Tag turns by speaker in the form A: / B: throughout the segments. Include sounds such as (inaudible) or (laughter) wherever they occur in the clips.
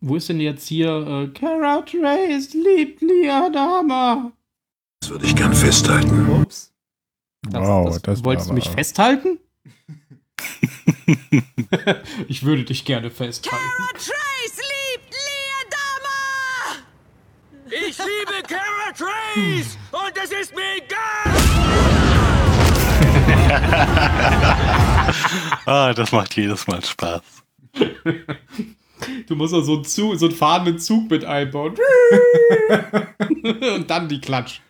A: Wo ist denn jetzt hier äh, Cara Trace liebt Liadama?
B: Das würde ich gern festhalten.
A: Ups.
C: Wow, das war
A: wolltest du
C: aber-
A: mich
C: (laughs)
A: festhalten? ich würde dich gerne festhalten.
D: Trace liebt Leadama!
E: Ich liebe Cara Trace und es ist mir egal.
F: Ah, das macht jedes Mal Spaß.
A: Du musst auch so einen, Zug, so einen fahrenden Zug mit einbauen. (laughs) Und dann die Klatsch.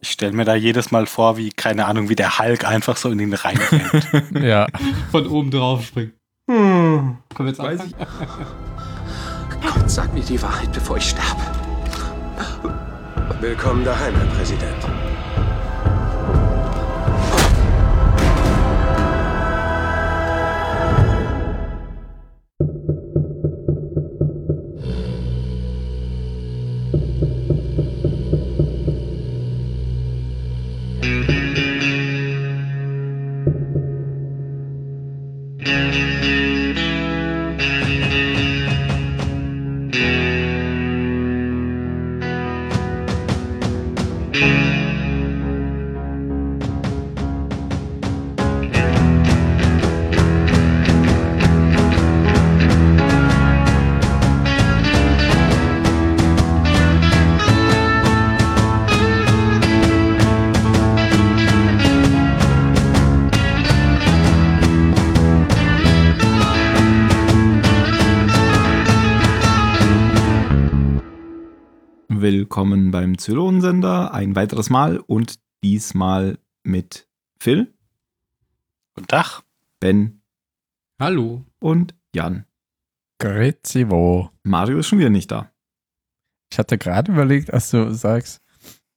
F: Ich stelle mir da jedes Mal vor, wie, keine Ahnung, wie der Hulk einfach so in den
C: (laughs)
F: reinrennt.
C: Ja.
A: Von oben drauf springen. Können wir jetzt
G: Weiß
A: anfangen?
E: Gott, sag mir die Wahrheit, bevor ich sterbe.
B: Willkommen daheim, Herr Präsident.
H: Willkommen beim Zylonensender ein weiteres Mal und diesmal mit Phil,
F: Guten
C: (laughs)
F: Tag.
H: Ben
A: Hallo.
H: und Jan.
C: Grezivo.
H: Mario ist schon wieder nicht da.
C: Ich hatte gerade überlegt, als du sagst,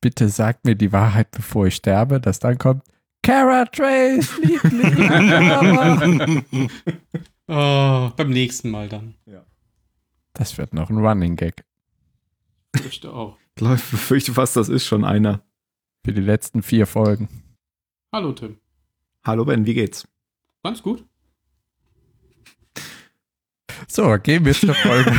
C: bitte sag mir die Wahrheit, bevor ich sterbe, dass dann kommt Cara Trace,
F: (laughs)
C: Liebling.
A: Ah, beim nächsten Mal dann.
C: Das wird noch ein Running Gag.
A: Ich auch.
H: Läuft, befürchte fast, das ist schon einer.
C: Für die letzten vier Folgen.
A: Hallo Tim.
H: Hallo Ben, wie geht's?
A: Ganz
C: (laughs)
A: gut.
C: So, gehen wir zur Folge.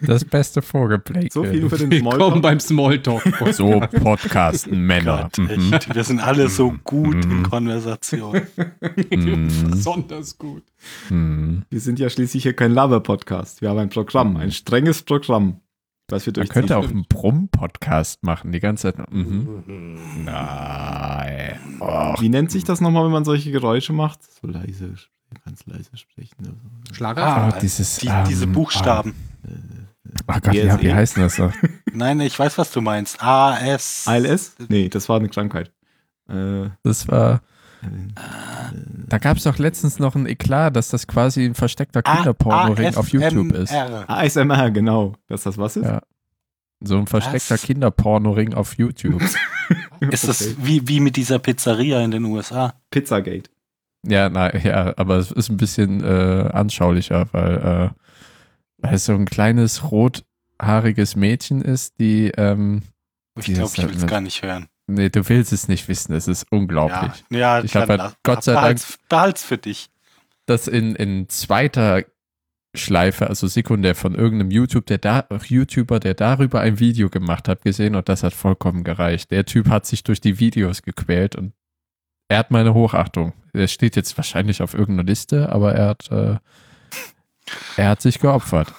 C: Das beste Vorgeplay.
H: So viel für den
A: Willkommen
H: Smalltalk.
A: beim Smalltalk.
F: (laughs)
C: So Podcasten, Männer.
F: Gott, echt. Wir sind alle so gut in Konversation. (laughs)
C: Mhm.
A: Besonders gut.
C: Mhm.
H: Wir sind ja schließlich hier kein Laber-Podcast. Wir haben ein Programm, ein strenges Programm, das wir
C: Man
H: durchziehen.
C: könnte auch einen Brumm-Podcast machen, die ganze Zeit. Mhm. Nein.
F: Ah,
C: Och.
H: Wie nennt sich das nochmal, wenn man solche Geräusche macht? Mhm. So leise, ganz leise sprechen. oder so.
A: Schlager?
C: Ah,
F: Ah,
C: dieses,
F: Die, diese
C: ähm,
F: Buchstaben.
C: Ah, oh Gott, ja, wie
H: GSE?
C: heißt denn das noch?
F: Nein, ich weiß, was du meinst. A, S.
H: ALS? Nee, das war eine Krankheit. Äh,
C: (laughs) Das war. Da gab es doch letztens noch ein Eklat, dass das quasi ein versteckter
F: A-
C: Kinderpornoring auf YouTube ist. Ah,
F: ASMR.
H: ASMR, genau. Dass das was ist? (laughs)
C: Ja. So ein versteckter
F: Was?
C: Kinderpornoring auf
F: (laughs)
C: YouTube.
F: Ist
H: Okay.
F: das wie, wie mit dieser Pizzeria in den USA?
H: Pizzagate.
C: ja, na, ja, aber es ist ein bisschen äh, anschaulicher, weil, äh, weil es so ein kleines rothaariges Mädchen ist, die. Ähm,
F: Ich
C: Dieses
F: glaube, ich will es
C: Segment.
F: gar nicht hören.
C: nee, du willst es nicht wissen, es ist unglaublich.
F: Ja, ja
C: Ich hab
F: dann
C: halt
F: lass-
C: Gott sei
F: behalt's, Behalt's für dich.
C: das in, in zweiter Schleife, also sekundär von irgendeinem YouTube, der da, YouTuber, der darüber ein Video gemacht hat, gesehen und das hat vollkommen gereicht. Der Typ hat sich durch die Videos gequält und er hat meine Hochachtung. Er steht jetzt wahrscheinlich auf irgendeiner Liste, aber er hat, äh, er hat sich geopfert.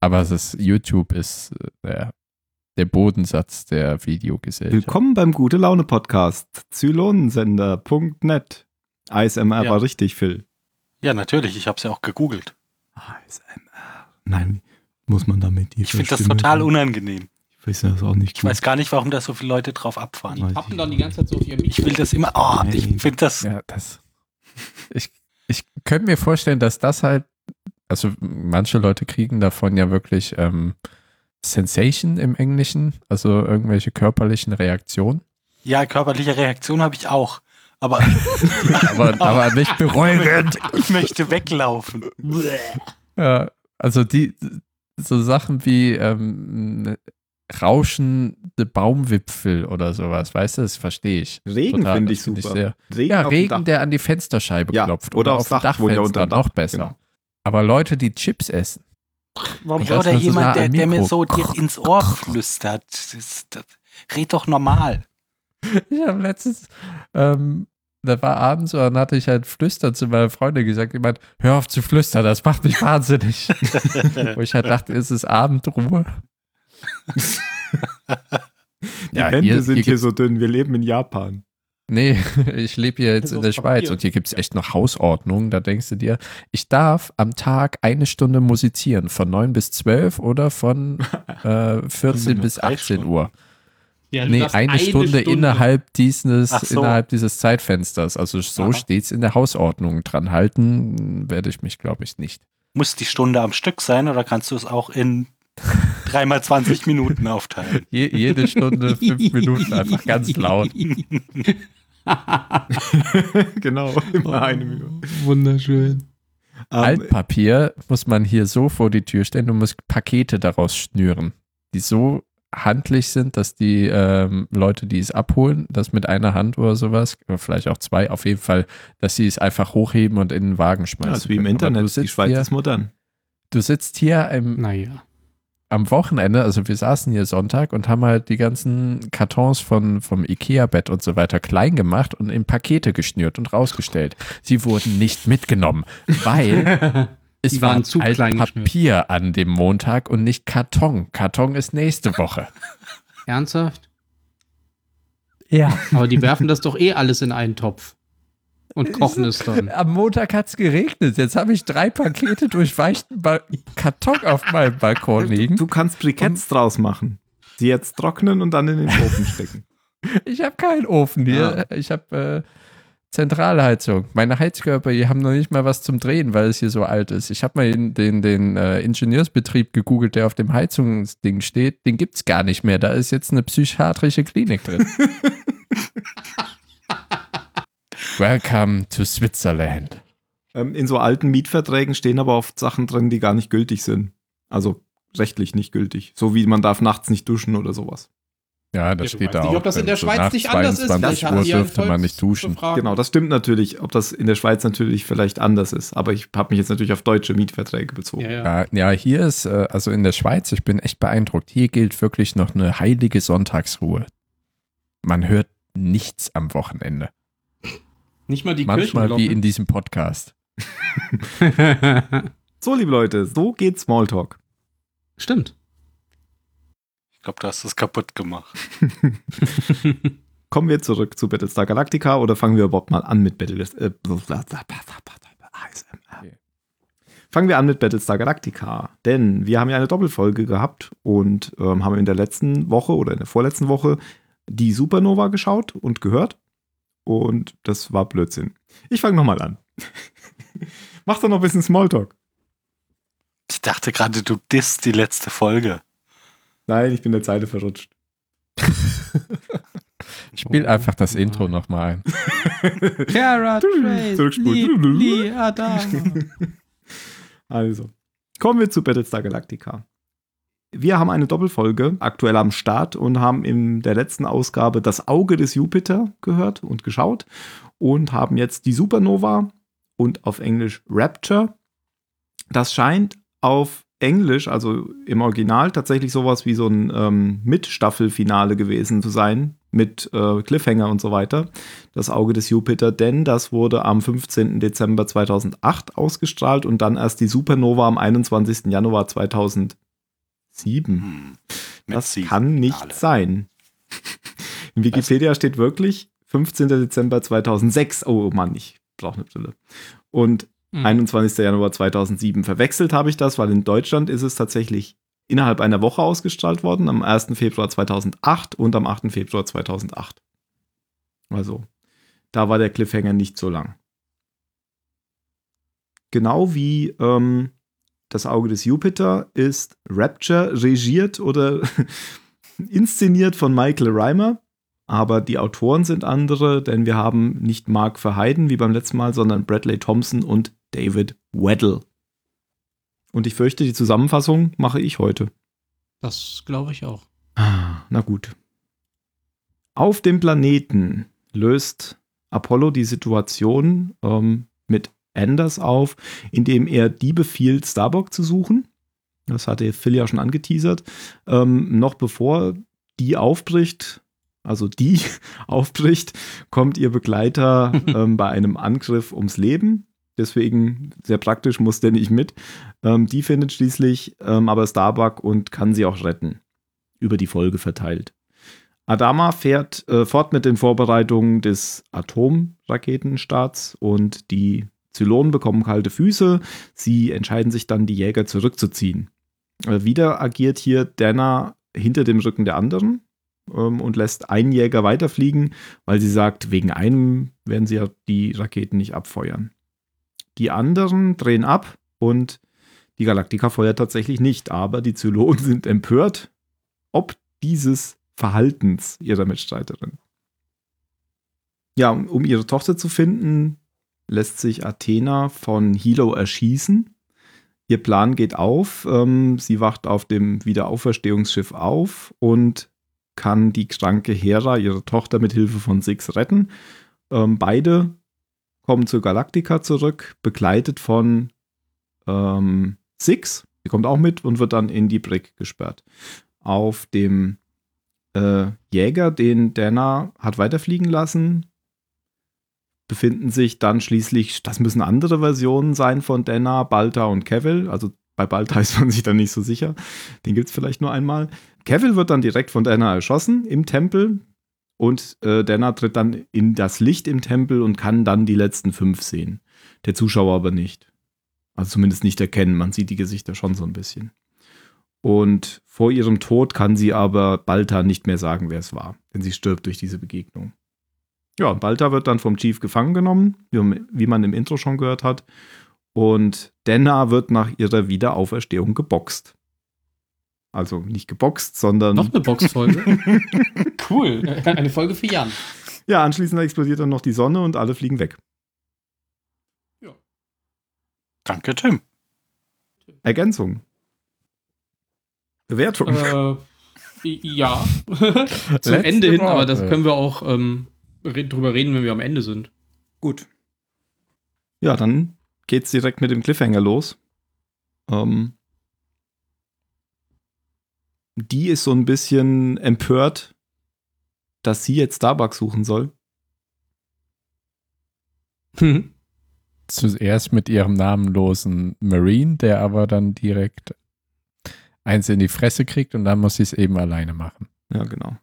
C: Aber es ist, YouTube ist äh, der, der Bodensatz der Videogesellschaft.
H: Willkommen beim Gute Laune Podcast. Zylonensender.net. ASMR
F: Ja.
H: war richtig, Phil.
F: Ja, natürlich. Ich habe es ja auch gegoogelt.
C: Ah,
H: ASMR. Nein, muss man damit
F: Ich finde das total
C: halt
F: unangenehm.
H: Ich weiß das auch nicht.
C: Hm.
F: Ich weiß gar nicht, warum da so viele Leute drauf abfahren.
H: Weiß
A: Tappen
H: ich
A: dann die
H: nicht.
A: ganze Zeit so auf ihr
F: Ich will das immer. Oh, ich
H: Nein.
F: finde das.
C: Ja, das. Ich, ich könnte mir vorstellen, dass das halt, also manche Leute kriegen davon ja wirklich ähm, Sensation im Englischen, also irgendwelche körperlichen Reaktionen.
F: Ja, körperliche Reaktion habe ich auch. Aber
C: (laughs)
H: (laughs)
C: Aber, aber nicht bereuend.
F: ich möchte weglaufen.
C: Ja, also die, so Sachen wie ähm, rauschende Baumwipfel oder sowas, weißt du, das verstehe ich.
H: Regen
C: Total,
H: finde
C: das
H: ich
C: find ich
H: super.
C: sehr-
H: Regen
C: Ja,
H: auf dem
C: Regen,
H: Dach.
C: der an die Fensterscheibe
H: Ja,
C: klopft.
H: oder aufs
C: auf dem
H: Dach, wo ja
C: Dachfenster,
H: unter dem
C: noch
H: Dach,
C: besser.
H: genau.
C: Aber Leute, die Chips essen,
F: Warum
C: Und das
F: oder
C: nur so nah
F: jemand, der,
C: am
F: der mir so
C: Mikro.
F: dir ins Ohr flüstert? Das, ist- das, red doch normal.
C: Ich habe letztens, ähm, da war abends und dann hatte ich halt flüstern zu meiner Freundin gesagt, jemand, hör auf zu flüstern, das macht mich wahnsinnig. Wo ich halt dachte, es ist Abendruhe.
H: Die
C: Ja,
H: Wände
C: hier-
H: sind
C: hier
H: hier, so dünn, wir leben in Japan. (laughs)
C: Nee, (laughs) ich lebe hier jetzt
F: Also
C: in der
F: auf
C: Schweiz
F: Papier.
C: und hier gibt es echt noch Hausordnungen. Da denkst du dir, ich darf am Tag eine Stunde musizieren, von 9 bis 12 oder von äh, 14
F: nur
C: bis
F: drei
C: 18
F: Stunden.
C: Uhr.
A: Ja, du
C: Nee, eine,
A: darfst
C: Stunde, innerhalb dieses,
F: Ach so.
C: innerhalb dieses Zeitfensters. Also so
F: Aha.
C: steht es in der Hausordnung. Dran halten werde ich mich, glaube ich, nicht.
F: Muss die Stunde am Stück sein oder kannst du es auch in dreimal 20 Minuten aufteilen?
C: Je, jede Stunde fünf Minuten einfach
A: (laughs)
C: ganz laut.
H: genau,
C: Oh,
H: immer eine Minute.
A: Wunderschön.
H: Ähm,
C: Altpapier muss man hier so vor die Tür stellen und muss Pakete daraus schnüren, die so handlich sind, dass die ähm, Leute, die es abholen, das mit einer Hand oder sowas, oder vielleicht auch zwei, auf jeden Fall, dass sie es einfach hochheben und in den Wagen schmeißen.
H: ja, ist wie im
C: können. Aber Du
H: Internet, die
C: sitzt,
H: Schweiz
C: hier, Hm?
H: ist modern.
C: du sitzt hier im,
A: (laughs) Naja.
C: am Wochenende, also wir saßen hier Sonntag und haben halt die ganzen Kartons von, vom Ikea-Bett und so weiter klein gemacht und in Pakete geschnürt und rausgestellt. Sie wurden nicht mitgenommen, weil
A: (laughs)
C: es
A: Die waren
C: war
A: zu
C: halt
A: klein geschnürt.
C: Papier an dem Montag und nicht Karton. Karton ist nächste Woche.
A: Ernsthaft?
C: (laughs) Ja.
A: Aber die werfen das doch eh alles in einen Topf. Und kochen es dann.
C: Am Montag hat es geregnet. Jetzt habe ich drei Pakete durchweichten ba Karton auf meinem Balkon liegen.
H: Du kannst
C: Hm?
H: Briketts draus machen. Die jetzt trocknen und dann in den Ofen
C: (laughs)
H: stecken.
C: Ich habe keinen Ofen hier. Ich habe äh, Zentralheizung. Meine Heizkörper, die haben noch nicht mal was zum Drehen, weil es hier so alt ist. Ich habe mal den, den, den äh, Ingenieursbetrieb gegoogelt, der auf dem Heizungsding steht. Den gibt es gar nicht mehr. Da ist jetzt eine psychiatrische Klinik drin. (laughs) Welcome to Switzerland.
H: ähm, in so alten Mietverträgen stehen aber oft Sachen drin, die gar nicht gültig sind. Also rechtlich nicht gültig. So wie man darf nachts nicht duschen oder sowas.
C: Ja,
A: Ja, du
C: das steht
A: weißt
C: da
A: nicht,
C: auch.
A: ob das in
C: drin.
A: der
C: So
A: Schweiz
C: nach
A: nicht anders ist.
C: 22
A: Vielleicht hatten
C: Uhr
A: die ja einen
C: dürfte man nicht duschen.
A: Volksbefragung.
H: Genau, das stimmt natürlich. Ob das in der Schweiz natürlich vielleicht anders ist. Aber ich habe mich jetzt natürlich auf deutsche Mietverträge bezogen.
A: Ja, ja.
C: Ja, ja, hier ist, äh, also in der Schweiz, ich bin echt beeindruckt, hier gilt wirklich noch eine heilige Sonntagsruhe. Man hört nichts am Wochenende.
A: Nicht mal die
C: Manchmal wie
A: Kirchenglocken.
C: in diesem Podcast.
H: So, liebe Leute, so geht Smalltalk.
A: (laughs) (laughs) Stimmt.
F: Ich glaube, du hast es kaputt gemacht.
A: Hm.
H: Kommen wir zurück zu Battlestar Galactica oder fangen wir überhaupt mal an mit Battlestar äh, ASMR. Fangen wir an mit Battlestar Galactica, denn wir haben ja eine Doppelfolge gehabt und ähm, haben in der letzten Woche oder in der vorletzten Woche die Supernova geschaut und gehört und das war Blödsinn. Ich fange nochmal an. (laughs) Mach doch noch ein bisschen Smalltalk.
F: Ich dachte gerade, du disst die letzte Folge.
H: Nein, ich bin der Zeile verrutscht. Oh.
C: Spiel einfach das Intro nochmal ein.
A: Carrot Race,
H: Zurückspulen.
A: Li- Li- Adama.
H: (laughs) Also, kommen wir zu Battlestar Galactica. Wir haben eine Doppelfolge aktuell am Start und haben in der letzten Ausgabe das Auge des Jupiter gehört und geschaut und haben jetzt die Supernova und auf Englisch Rapture. Das scheint auf Englisch, also im Original, tatsächlich sowas wie so ein ähm, Mitstaffelfinale gewesen zu sein mit äh, Cliffhanger und so weiter. Das Auge des Jupiter, denn das wurde am 15. Dezember 2008 ausgestrahlt und dann erst die Supernova am 21. Januar 2007.
F: Hm. Mit
H: Das
F: Season
H: kann nicht
F: Finale. (laughs)
H: sein. In Wikipedia steht wirklich 15. Dezember 2006. Oh Mann, ich brauche eine Brille. Und
A: Mhm.
H: 21. Januar 2007. Verwechselt habe ich das, weil in Deutschland ist es tatsächlich innerhalb einer Woche ausgestrahlt worden, am 1. Februar 2008 und am 8. Februar 2008. Also, da war der Cliffhanger nicht so lang. Genau wie ähm, das Auge des Jupiter ist Rapture regiert oder (laughs) inszeniert von Michael Reimer. Aber die Autoren sind andere, denn wir haben nicht Mark Verheiden wie beim letzten Mal, sondern Bradley Thompson und David Weddle. Und ich fürchte, die Zusammenfassung mache ich heute.
A: Das glaube ich auch.
H: Ah, Na gut. Auf dem Planeten löst Apollo die Situation ähm, mit Anders auf, indem er die befiehlt, Starbuck zu suchen. Das hatte Phil ja schon angeteasert. Ähm, noch bevor die aufbricht, also die (laughs) aufbricht, kommt ihr Begleiter ähm, bei einem Angriff ums Leben. Deswegen sehr praktisch, muss der nicht mit. Ähm, die findet schließlich ähm, aber Starbuck und kann sie auch retten. Über die Folge verteilt. Adama fährt äh, fort mit den Vorbereitungen des Atomraketenstarts und die Zylonen bekommen kalte Füße. Sie entscheiden sich dann, die Jäger zurückzuziehen. Äh, wieder agiert hier Dana hinter dem Rücken der anderen ähm, und lässt einen Jäger weiterfliegen, weil sie sagt, wegen einem werden sie ja die Raketen nicht abfeuern. Die anderen drehen ab und die Galaktika feuert tatsächlich nicht, aber die Zylonen (laughs) sind empört, ob dieses Verhaltens ihrer Mitstreiterin. Ja, um ihre Tochter zu finden, lässt sich Athena von Hilo erschießen. Ihr Plan geht auf. Ähm, sie wacht auf dem Wiederauferstehungsschiff auf und kann die kranke Hera, ihre Tochter, mit Hilfe von Six retten. Ähm, beide kommen zur Galaktika zurück, begleitet von ähm, Six. Sie kommt auch mit und wird dann in die Brick gesperrt. Auf dem äh, Jäger, den Dana hat weiterfliegen lassen, befinden sich dann schließlich, das müssen andere Versionen sein von Dana, Balta und Kevil. Also bei Balta (laughs) ist man sich dann nicht so sicher. Den gibt es vielleicht nur einmal. Kevil wird dann direkt von Dana erschossen im Tempel. Und äh, Dana tritt dann in das Licht im Tempel und kann dann die letzten fünf sehen. Der Zuschauer aber nicht. Also zumindest nicht erkennen. Man sieht die Gesichter schon so ein bisschen. Und vor ihrem Tod kann sie aber Balta nicht mehr sagen, wer es war. Denn sie stirbt durch diese Begegnung. Ja, Balta wird dann vom Chief gefangen genommen, wie, wie man im Intro schon gehört hat. Und Denna wird nach ihrer Wiederauferstehung geboxt. Also nicht geboxt, sondern. (laughs)
A: Noch eine Boxfolge. (laughs) cool. Eine Folge für Jan.
H: Ja, anschließend explodiert dann noch die Sonne und alle fliegen weg.
F: Danke, Tim.
H: Ergänzung. Bewertung.
A: äh, (laughs) ja. Zum
C: Letzte
A: Ende hin,
C: Worte.
A: aber das können wir auch ähm, re- drüber reden, wenn wir am Ende sind.
H: Gut. Ja, dann geht's direkt mit dem Cliffhanger los. Ähm, die ist so ein bisschen empört, dass sie jetzt Starbucks suchen soll.
A: Mhm. (laughs)
C: Zuerst mit ihrem namenlosen Marine, der aber dann direkt eins in die Fresse kriegt und dann muss sie es eben alleine machen.
H: Ja, genau.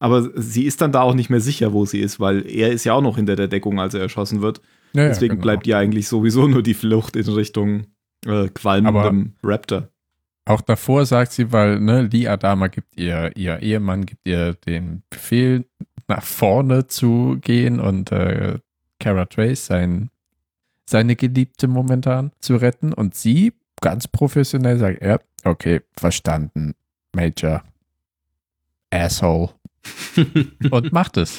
H: Aber sie ist dann da auch nicht mehr sicher, wo sie ist, weil er ist ja auch noch hinter der Deckung, als er erschossen wird.
C: Ja, ja,
H: Deswegen
C: genau.
H: bleibt ihr eigentlich sowieso nur die Flucht in Richtung äh, qualmendem Raptor.
C: Auch davor sagt sie, weil ne, Lee Adama gibt ihr, ihr Ehemann gibt ihr den Befehl, nach vorne zu gehen und äh, Cara Trace, sein, seine Geliebte momentan, zu retten. Und sie ganz professionell sagt, ja, okay, verstanden, Major, Asshole. und macht es.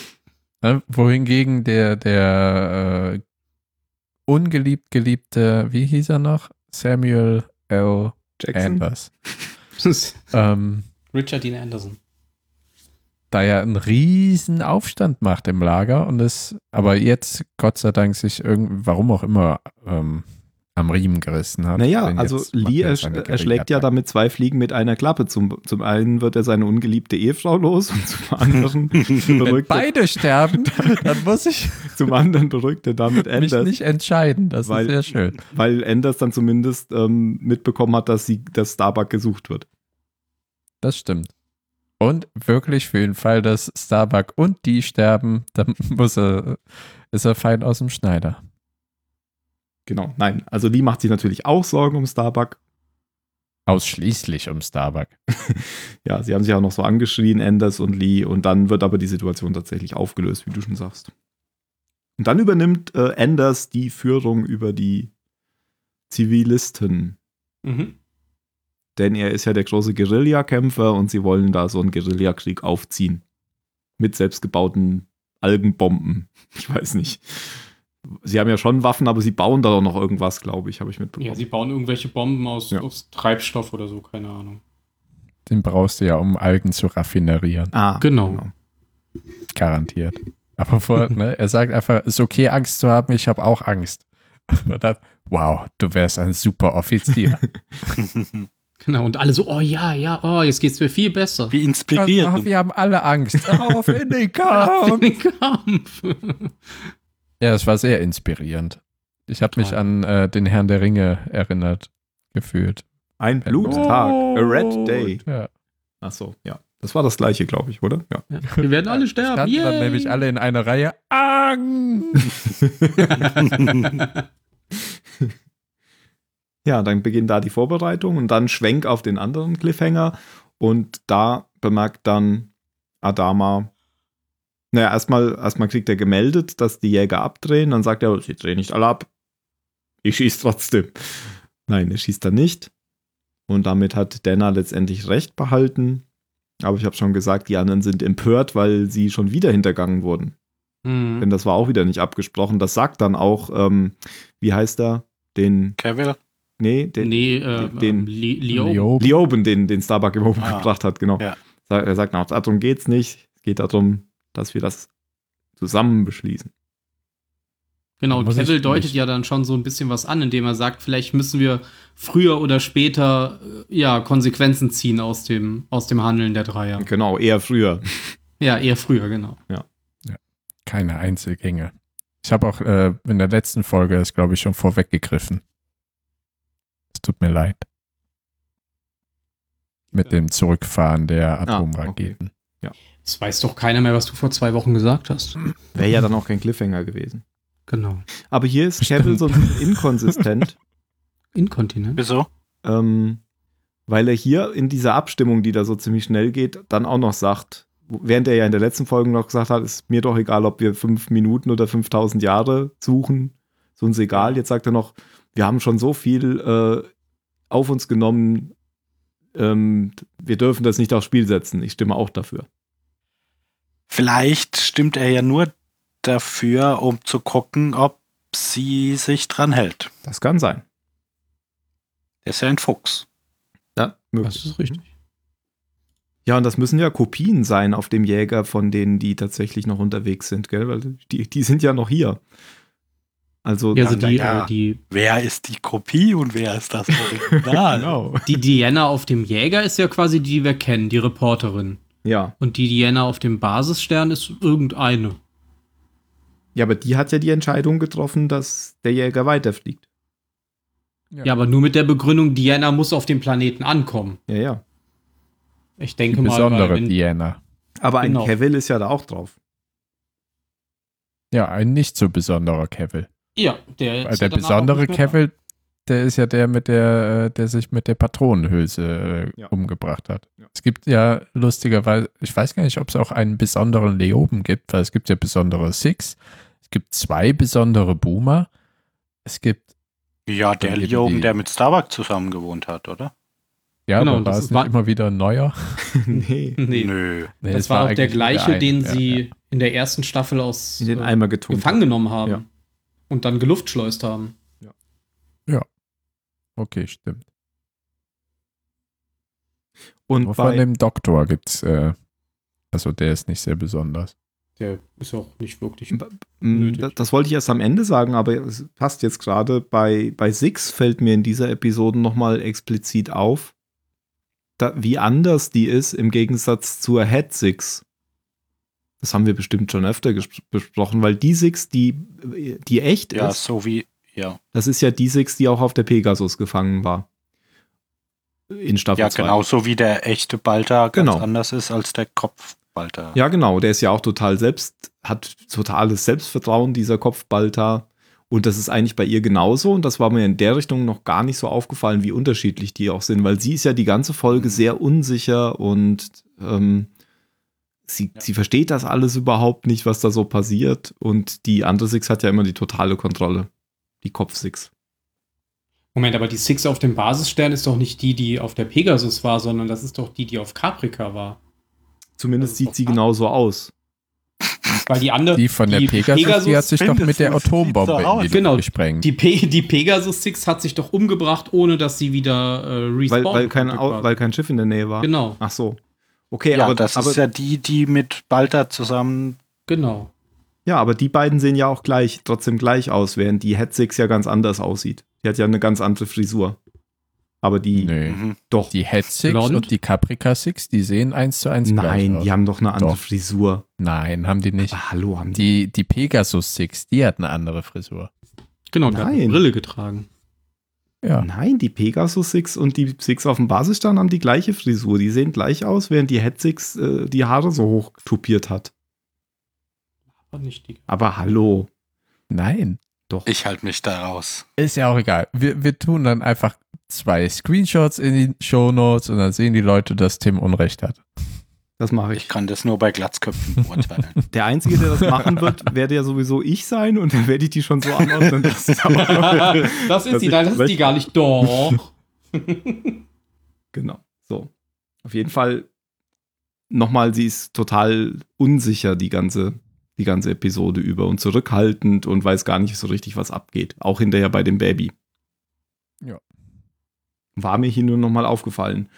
C: Ne? Wohingegen der, der äh, ungeliebt geliebte, wie hieß er noch? Samuel L. Anders. Ähm,
A: Richard Dean Anderson.
C: da ja einen riesen Aufstand macht im Lager und es aber jetzt Gott sei Dank sich irgendwie, warum auch immer, ähm, am Riemen gerissen hat.
H: Naja,
C: Denn
H: also
C: jetzt macht
H: Lee
C: er
H: ersch
C: seine
H: erschlägt ja
C: Guerilla-Attack.
H: damit zwei Fliegen mit einer Klappe. Zum, zum einen wird er seine ungeliebte Ehefrau los und zum anderen
C: (laughs)
H: beruhigt er, (laughs)
C: Beide sterben, dann muss ich
H: zum anderen beruhigt er damit
C: mich
H: Anders,
C: nicht entscheiden. Das
H: Weil-
C: ist sehr schön.
H: weil Anders dann zumindest ähm, mitbekommen hat, dass, sie, dass Starbuck gesucht wird.
C: Das stimmt. Und wirklich für den Fall, dass Starbuck und die sterben, (laughs) dann muss er, ist er fein aus dem Schneider.
H: Genau, nein. Also Lee macht sich natürlich auch Sorgen um Starbuck.
C: Ausschließlich um Starbuck.
H: Ja, sie haben sich auch noch so angeschrien, Anders und Lee, und dann wird aber die Situation tatsächlich aufgelöst, wie du schon sagst. Und dann übernimmt äh, Anders die Führung über die Zivilisten,
A: Mhm.
H: denn er ist ja der große Guerillakämpfer und sie wollen da so einen Guerillakrieg aufziehen. Mit selbstgebauten Algenbomben. (laughs) Ich weiß nicht. Sie haben ja schon Waffen, aber sie bauen da doch noch irgendwas, glaube ich, habe ich mitbekommen.
A: Ja, sie bauen irgendwelche Bomben aus,
H: Ja.
A: aus Treibstoff oder so, keine Ahnung.
C: Den brauchst du ja, um Algen zu raffinerieren.
H: Ah,
A: Genau.
C: Garantiert. Aber vor, ne, er sagt einfach, ist okay, Angst zu haben, ich habe auch Angst. Und dann, wow, du wärst ein super
H: (laughs)
C: Offizier.
A: Genau, und alle so, oh ja, ja, oh, jetzt geht's mir viel besser.
F: Wie
C: Ah,
F: inspiriert.
C: wir haben alle Angst. Auf in den
A: Ab
H: (laughs)
C: Kampf.
A: in den Kampf. (laughs)
C: Ja, es war sehr inspirierend. Ich habe mich
F: Toll.
C: an äh, den Herrn der Ringe erinnert, gefühlt. Oh.
H: Ein
C: Genau.
H: Bluttag. a red day.
C: Ja.
H: Ach so, ja. Das war das gleiche, glaube ich, oder? Ja.
A: Ja, wir werden alle sterben.
C: Standen dann
A: yay. (laughs)
C: nämlich alle in einer Reihe. Angst!
H: Ja, dann beginnt da die Vorbereitung und dann Schwenk auf den anderen Cliffhanger und da bemerkt dann Adama, naja, erstmal, erstmal kriegt er gemeldet, dass die Jäger abdrehen, dann sagt er, oh, sie drehen nicht alle ab, ich schieß trotzdem. Nein, er schießt dann nicht und damit hat Denner letztendlich recht behalten, aber ich habe schon gesagt, die anderen sind empört, weil sie schon wieder hintergangen wurden.
A: Mhm.
H: Denn das war auch wieder nicht abgesprochen. Das sagt dann auch, ähm, wie heißt er? Den,
F: Cavill?
H: nee, den,
A: Nee, äh,
H: den-
A: ähm, Li- Leo.
C: Jo.
H: Lioben, den, den Starbuck im Oben
F: Ah,
H: gebracht hat, genau.
F: ja.
H: Sa- Er sagt, na, darum geht's nicht. Es geht darum, dass wir das zusammen beschließen.
A: Genau,
C: Muss ich
A: Cavill deutet
C: nicht.
A: ja dann schon so ein bisschen was an, indem er sagt, vielleicht müssen wir früher oder später äh, ja Konsequenzen ziehen aus dem, aus dem Handeln der Dreier.
H: Genau, eher früher.
A: Ja, eher früher, genau.
C: Keine Einzelgänge. Ich habe auch äh, in der letzten Folge das, glaube ich, schon vorweggegriffen. Es tut mir leid. Mit dem Zurückfahren der
H: Ah,
C: Atomraketen.
A: Es weiß doch keiner mehr, was du vor zwei Wochen gesagt hast.
H: Wäre ja dann auch kein Cliffhanger gewesen.
A: Genau.
H: Aber hier ist Cavill so ein bisschen inkonsistent,
A: Inkontinent.
F: Wieso?
H: ähm, weil er hier in dieser Abstimmung, die da so ziemlich schnell geht, dann auch noch sagt, wo- während er ja in der letzten Folge noch gesagt hat, ist mir doch egal, ob wir fünf Minuten oder 5000 Jahre suchen, so uns egal. Jetzt sagt er noch, wir haben schon so viel äh, auf uns genommen, ähm, wir dürfen das nicht aufs Spiel setzen. Ich stimme auch dafür.
F: Vielleicht stimmt er ja nur dafür, um zu gucken, ob sie sich dran hält.
H: Das kann sein.
F: Er ist ja ein Fuchs.
H: Ja, möglich.
A: Das ist richtig.
H: Ja, und das müssen ja Kopien sein auf dem Jäger von denen, die tatsächlich noch unterwegs sind, gell? Weil die, die sind ja noch hier. Also,
A: Ja, also
F: na
A: die,
F: ja.
A: äh, die,
F: Wer ist die Kopie und wer ist das Original?
H: (laughs) genau.
A: die Diana auf dem Jäger ist ja quasi die, die wir kennen, die Reporterin.
H: Ja.
A: Und die Diana auf dem Basisstern ist irgendeine.
H: Ja, aber die hat ja die Entscheidung getroffen, dass der Jäger weiterfliegt.
A: Ja, aber nur mit der Begründung, Diana muss auf dem Planeten ankommen.
H: Ja, ja.
A: Ich
C: Die
A: denke mal,
C: besondere
A: weil wenn-
C: Diana.
H: Aber
A: Genau.
H: ein Cavill ist ja da auch drauf. (laughs)
C: Ja, ein nicht so besonderer Cavill.
A: ja, der,
C: Weil
A: ist ja
C: der
A: danach
C: besondere
A: auch nicht mehr da.
C: Cavill, der ist ja der, mit der, äh, der sich mit der Patronenhülse äh,
H: Ja.
C: umgebracht hat.
H: Ja.
C: Es gibt ja lustigerweise, ich weiß gar nicht, ob es auch einen besonderen Leoben gibt, weil es gibt ja besondere Six, es gibt zwei besondere Boomer, es gibt,
F: Ja, der
C: Dann eben
F: Lioben,
C: die-
F: der mit Starbuck zusammen gewohnt hat, oder?
C: ja,
A: Genau,
C: da war
A: das
C: es
A: war-
C: nicht immer wieder ein neuer.
H: nee.
A: Nee,
F: Nö.
C: Nee,
A: das
C: es
A: war auch der
C: eigentlich nur
A: gleiche,
C: eine.
A: den
C: Ja,
A: sie
C: ja.
A: in der ersten Staffel aus
H: In den
A: äh,
H: Eimer getunkt.
A: gefangen genommen haben
H: Ja.
A: und dann geluftschleust haben.
C: Okay, stimmt.
H: Und
C: Und von
H: bei,
C: dem Doktor gibt es, äh, also der ist nicht sehr besonders.
A: Der ist auch nicht wirklich.
H: mh,
A: nötig.
H: das, Mm, das wollte ich erst am Ende sagen, aber es passt jetzt gerade. Bei, bei Six fällt mir in dieser Episode nochmal explizit auf, da, wie anders die ist im Gegensatz zur Head Six. Das haben wir bestimmt schon öfter ges- besprochen, weil die Six, die, die echt
F: Ja,
H: ist,
F: so wie, ja.
H: Das ist ja die Six, die auch auf der Pegasus gefangen war. In Staffel
F: Ja,
H: 2.
F: genau, so wie der echte Balta ganz
H: Genau.
F: anders ist als der Kopf Balta.
H: Ja, genau. Der ist ja auch total selbst, hat totales Selbstvertrauen, dieser Kopfbalter. Und das ist eigentlich bei ihr genauso. Und das war mir in der Richtung noch gar nicht so aufgefallen, wie unterschiedlich die auch sind, weil sie ist ja die ganze Folge
F: Mhm.
H: sehr unsicher und ähm, sie, sie versteht das alles überhaupt nicht, was da so passiert. Und die andere Six hat ja immer die totale Kontrolle. Die Kopf-Six.
A: Moment, aber die Six auf dem Basisstern ist doch nicht die, die auf der Pegasus war, sondern das ist doch die, die auf Caprica war. Das
F: Also
H: Zumindest
A: ist
H: sieht
A: doch
H: sie
A: klar.
H: genauso aus.
A: Weil die andere.
C: Die von der Pegasus, die hat sich doch mit der
F: mindestens
C: Atombombe
F: sieht's
C: in die
F: da aus.
C: Luft
A: Genau,
C: gesprengt.
A: Die, Pe die Pegasus Six hat sich doch umgebracht, ohne dass sie wieder äh,
H: Weil,
A: respawned
H: weil, kein,
A: konnte
H: Au-
A: quasi.
H: weil kein Schiff in der Nähe war.
A: Genau,
H: Ach so. Okay,
F: Ja,
H: aber,
F: das
H: aber
F: ist ja die, die mit Balta zusammen.
A: genau.
H: Ja, aber die beiden sehen ja auch gleich, trotzdem gleich aus, während die Head Six ja ganz anders aussieht. Die hat ja eine ganz andere Frisur. Aber die,
C: Nö.
F: Mhm.
H: doch.
C: Die Head Six
A: Blond?
C: und die Caprica Six, die sehen eins zu eins gleich
H: nein,
C: aus.
H: die haben doch eine andere
C: Doch.
H: Frisur.
C: Nein, haben die nicht.
H: Ah, hallo, haben die.
C: Die, die Pegasus Six, die hat eine andere Frisur.
A: Genau, der hat eine
H: Nein.
A: Brille getragen.
C: Ja.
H: Nein, die Pegasus Six und die Six auf dem Basisstand haben die gleiche Frisur. Die sehen gleich aus, während die Head Six äh, die Haare so hoch tupiert hat.
A: Aber nicht die. (laughs)
H: Aber hallo.
C: Nein.
F: Ich halte mich da raus.
C: Ist ja auch egal. Wir, wir tun dann einfach zwei Screenshots in die Shownotes und dann sehen die Leute, dass Tim Unrecht hat.
H: Das mache ich.
F: Ich kann das nur bei Glatzköpfen
H: (laughs)
F: beurteilen.
H: Der Einzige, der das
A: (laughs)
H: machen wird, werde ja sowieso ich sein und dann werde ich die schon so anordnen, dass es
A: (laughs)
H: auch noch
A: das ist
H: dass
A: die,
H: ich
A: nein, das ist die
H: recht-
A: gar nicht. Doch.
H: Genau. So. Auf jeden Fall nochmal, sie ist total unsicher die ganze, die ganze Episode über und zurückhaltend und weiß gar nicht so richtig, was abgeht. Auch hinterher bei dem Baby.
C: Ja.
H: War mir hier nur nochmal aufgefallen.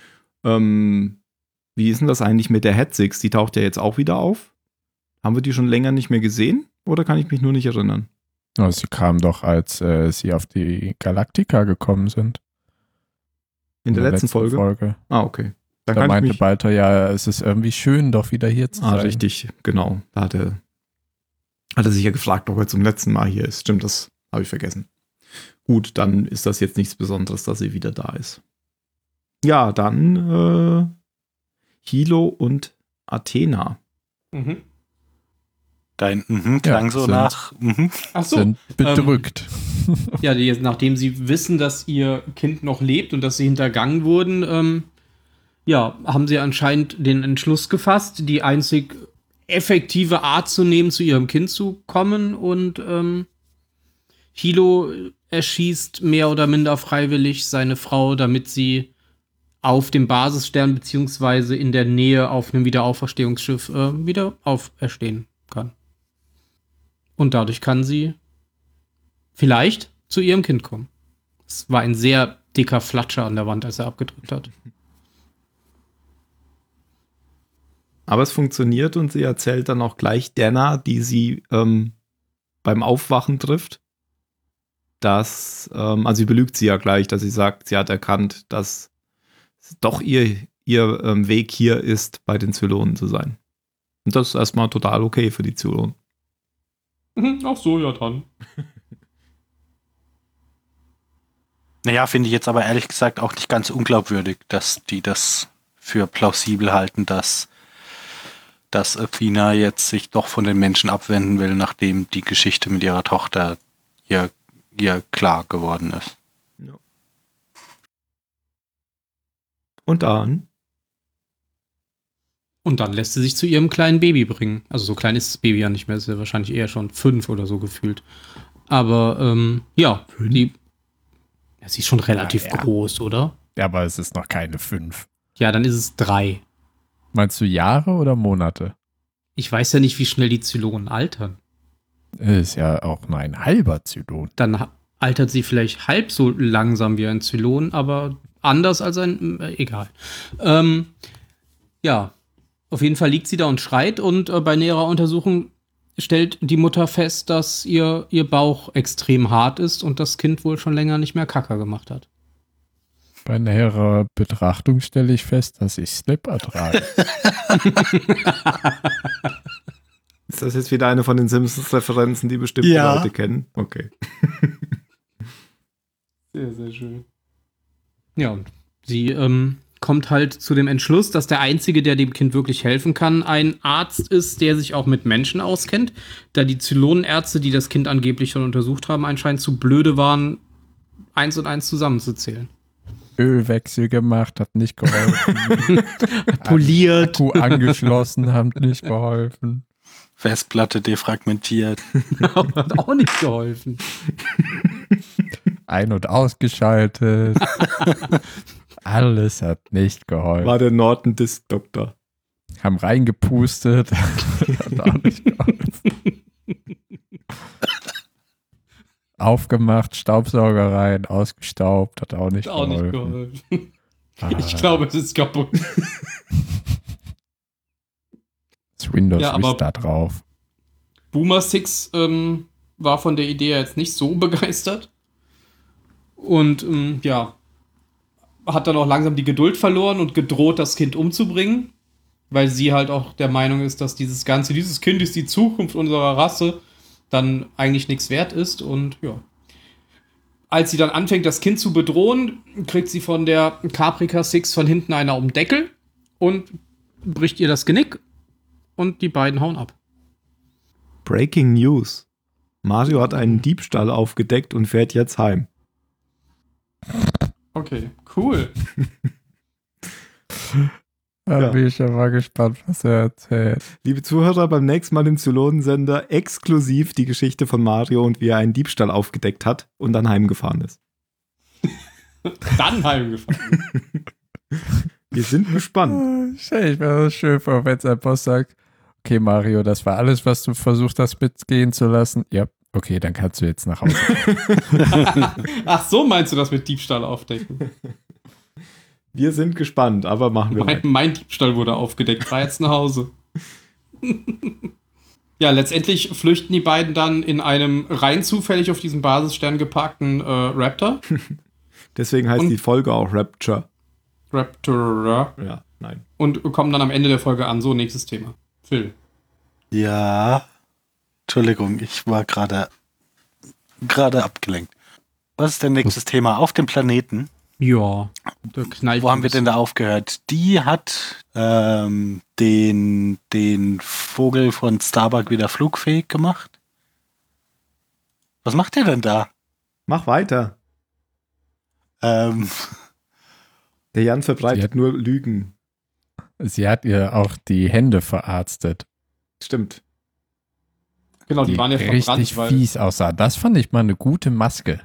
H: Ähm, wie ist denn das eigentlich mit der Head Six? Die taucht ja jetzt auch wieder auf. Haben wir die schon länger nicht mehr gesehen? Oder kann ich mich nur nicht erinnern?
C: Oh, sie kamen doch, als äh, sie auf die Galaktika gekommen sind.
H: In der, letzten, Folge? Ah, okay. Dann
C: Da
H: kann ich
C: meinte
H: mich
C: Balter ja, es ist irgendwie schön, doch wieder hier zu
H: Ah,
C: sein.
H: richtig, genau. Da hat er, hat er sich ja gefragt, ob er zum letzten Mal hier ist. Stimmt, das habe ich vergessen. Gut, dann ist das jetzt nichts Besonderes, dass sie wieder da ist. Ja, dann äh, Hilo und Athena.
A: Mhm.
F: Dein mhm klang so
C: sind-
F: nach. Mhm.
A: Ach so.
C: Sind
H: ähm,
C: bedrückt.
A: Ja, die, nachdem sie wissen, dass ihr Kind noch lebt und dass sie hintergangen wurden, ähm, ja, haben sie anscheinend den Entschluss gefasst, die einzig effektive Art zu nehmen, zu ihrem Kind zu kommen und ähm, Hilo erschießt mehr oder minder freiwillig seine Frau, damit sie auf dem Basisstern beziehungsweise in der Nähe auf einem Wiederauferstehungsschiff äh, wieder auferstehen kann. Und dadurch kann sie vielleicht zu ihrem Kind kommen. Es war ein sehr dicker Flatscher an der Wand, als er abgedrückt hat.
H: Aber es funktioniert und sie erzählt dann auch gleich Dana, die sie ähm, beim Aufwachen trifft, dass, ähm, also sie belügt sie ja gleich, dass sie sagt, sie hat erkannt, dass es doch ihr, ihr ähm, Weg hier ist, bei den Zylonen zu sein. Und das ist erstmal total okay für die Zylonen.
A: Mhm, Ach so, ja dann.
F: Naja, finde ich jetzt aber ehrlich gesagt auch nicht ganz unglaubwürdig, dass die das für plausibel halten, dass, dass Athena jetzt sich doch von den Menschen abwenden will, nachdem die Geschichte mit ihrer Tochter ihr, ihr klar geworden ist.
H: Und dann,
A: Und dann lässt sie sich zu ihrem kleinen Baby bringen. Also so klein ist das Baby ja nicht mehr, ist ja wahrscheinlich eher schon fünf oder so gefühlt. Aber ähm, ja, die, ja, sie ist schon relativ
C: Ja, ja.
A: groß, oder?
C: Ja, aber es ist noch keine fünf.
A: Ja, dann ist es drei.
C: Meinst du Jahre oder Monate?
A: Ich weiß ja nicht, wie schnell die Zylonen altern.
C: Ist ja auch nur ein halber Zylon.
A: Dann ha- altert sie vielleicht halb so langsam wie ein Zylon, aber anders als ein. Äh, egal. Ähm, ja, auf jeden Fall liegt sie da und schreit und äh, bei näherer Untersuchung stellt die Mutter fest, dass ihr, ihr Bauch extrem hart ist und das Kind wohl schon länger nicht mehr Kacker gemacht hat.
C: Bei näherer Betrachtung stelle ich fest, dass ich Slipper trage.
A: (laughs)
H: ist das jetzt wieder eine von den Simpsons-Referenzen, die bestimmt die
F: Ja.
H: Leute kennen? Okay.
A: Sehr, sehr schön. Ja, und sie ähm, kommt halt zu dem Entschluss, dass der Einzige, der dem Kind wirklich helfen kann, ein Arzt ist, der sich auch mit Menschen auskennt, da die Zylonenärzte, die das Kind angeblich schon untersucht haben, anscheinend zu blöde waren, eins und eins zusammenzuzählen.
C: Ölwechsel gemacht, hat nicht geholfen.
A: Poliert. (laughs)
C: Akku angeschlossen, hat nicht geholfen.
F: Festplatte defragmentiert.
A: Hat auch nicht geholfen.
C: Ein- und
A: (laughs)
C: ausgeschaltet. Alles hat nicht geholfen.
H: War der Norton Disk Doktor.
A: (laughs)
C: haben reingepustet. Hat auch nicht geholfen. Aufgemacht, Staubsauger rein, ausgestaubt, hat auch nicht
A: Auch nicht
C: geholfen. Ah,
A: geholfen. Ich glaube, es ist kaputt.
C: Das Windows
A: Ja, aber-
C: Vista drauf.
A: Boomer Six ähm, war von der Idee jetzt nicht so (laughs) begeistert. Und ähm, ja, hat dann auch langsam die Geduld verloren und gedroht, das Kind umzubringen. Weil sie halt auch der Meinung ist, dass dieses Ganze, dieses Kind ist die Zukunft unserer Rasse, dann eigentlich nichts wert ist. Und ja. Als sie dann anfängt, das Kind zu bedrohen, kriegt sie von der Caprica Six von hinten einer um den Deckel und bricht ihr das Genick. Und die beiden hauen ab.
H: Breaking News. Mario hat einen Diebstahl aufgedeckt und fährt jetzt heim.
A: Okay, cool.
C: Da
H: Ja.
C: bin ich ja mal gespannt, was er erzählt.
H: Liebe Zuhörer, beim nächsten Mal im Zylonensender exklusiv die Geschichte von Mario und wie er einen Diebstahl aufgedeckt hat und dann heimgefahren ist.
A: Dann heimgefahren.
H: Wir sind gespannt.
C: Stell ich mir das schön vor, wenn sein Boss sagt, okay Mario, das war alles, was du versucht hast mitgehen zu lassen. Ja, okay, dann kannst du jetzt nach Hause.
A: (laughs) Ach, so meinst du das mit Diebstahl aufdecken?
H: Wir sind gespannt, aber machen wir
A: Mein,
H: weiter.
A: mein Diebstahl wurde aufgedeckt. Fahr jetzt nach Hause. (laughs) ja, letztendlich flüchten die beiden dann in einem rein zufällig auf diesem Basisstern geparkten äh, Raptor.
H: Deswegen heißt
A: Und-
H: die Folge auch Rapture.
A: Raptor.
H: Ja, nein.
A: Und kommen dann am Ende der Folge an. So, nächstes Thema. Phil.
F: Ja. Entschuldigung, ich war gerade gerade abgelenkt. Was ist denn nächstes Thema? Auf dem Planeten.
A: Ja, der knallt.
F: Wo haben wir denn da aufgehört? Die hat ähm, den, den Vogel von Starbuck wieder flugfähig gemacht. Was macht der denn da?
H: Mach weiter.
F: Ähm, (laughs)
H: Der Jan
C: Sie
H: verbreitet
C: hat-
H: nur Lügen.
C: Sie hat ihr auch die Hände verarztet,
H: Stimmt.
A: Genau, die,
C: die,
A: waren ja verbrannt,
C: richtig
A: weil.
C: fies aussah. Das fand ich mal eine gute Maske.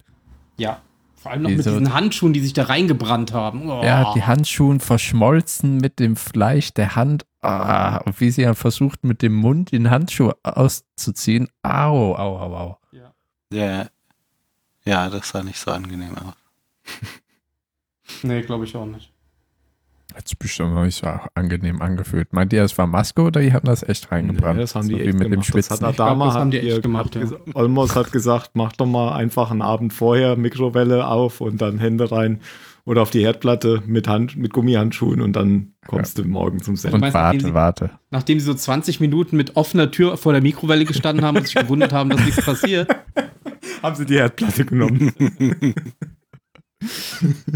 A: Ja. Vor allem noch mit
C: Diese-
A: diesen Handschuhen, die sich da reingebrannt haben. Oh.
C: Er hat die Handschuhe verschmolzen mit dem Fleisch der Hand. Ah, und wie sie dann versucht, mit dem Mund den Handschuh auszuziehen. Au, au, au, au.
F: ja, ja, das sah nicht so angenehm aus.
A: Nee, glaube ich auch nicht.
C: Hat sich bestimmt noch nicht so angenehm angefühlt. Meint ihr, es war Maske oder die haben das echt reingebrannt?
H: Nee, das haben die
C: so wie
H: echt
C: mit dem
H: gemacht. Das
C: Schwitzen.
H: hat Adama
A: Ich glaub, das haben die
H: hat
A: echt
H: ihr-
A: gemacht, ja.
H: Hat gesa- Olmos hat gesagt, mach doch mal einfach einen Abend vorher Mikrowelle auf und dann Hände rein oder auf die Herdplatte mit, Hand, mit Gummihandschuhen und dann kommst du morgen zum Senden.
C: Und
A: Meinst du, die-
C: warte, warte.
A: Nachdem sie so 20 Minuten mit offener Tür vor der Mikrowelle gestanden haben und sich gewundert haben, dass nichts (laughs) passiert.
H: Haben sie die Herdplatte genommen?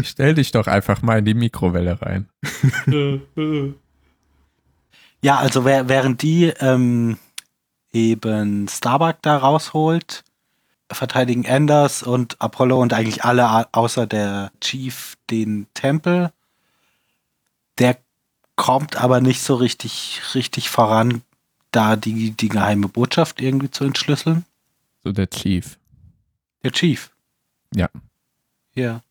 C: Stell dich doch einfach mal in die Mikrowelle rein.
A: Äh,
F: Ja, also wer- während die ähm, eben Starbuck da rausholt, verteidigen Anders und Apollo und eigentlich alle a- außer der Chief den Tempel. Der kommt aber nicht so richtig, richtig voran, da die, die geheime Botschaft irgendwie zu entschlüsseln.
C: So der Chief.
F: Der Chief.
C: Ja.
F: Ja.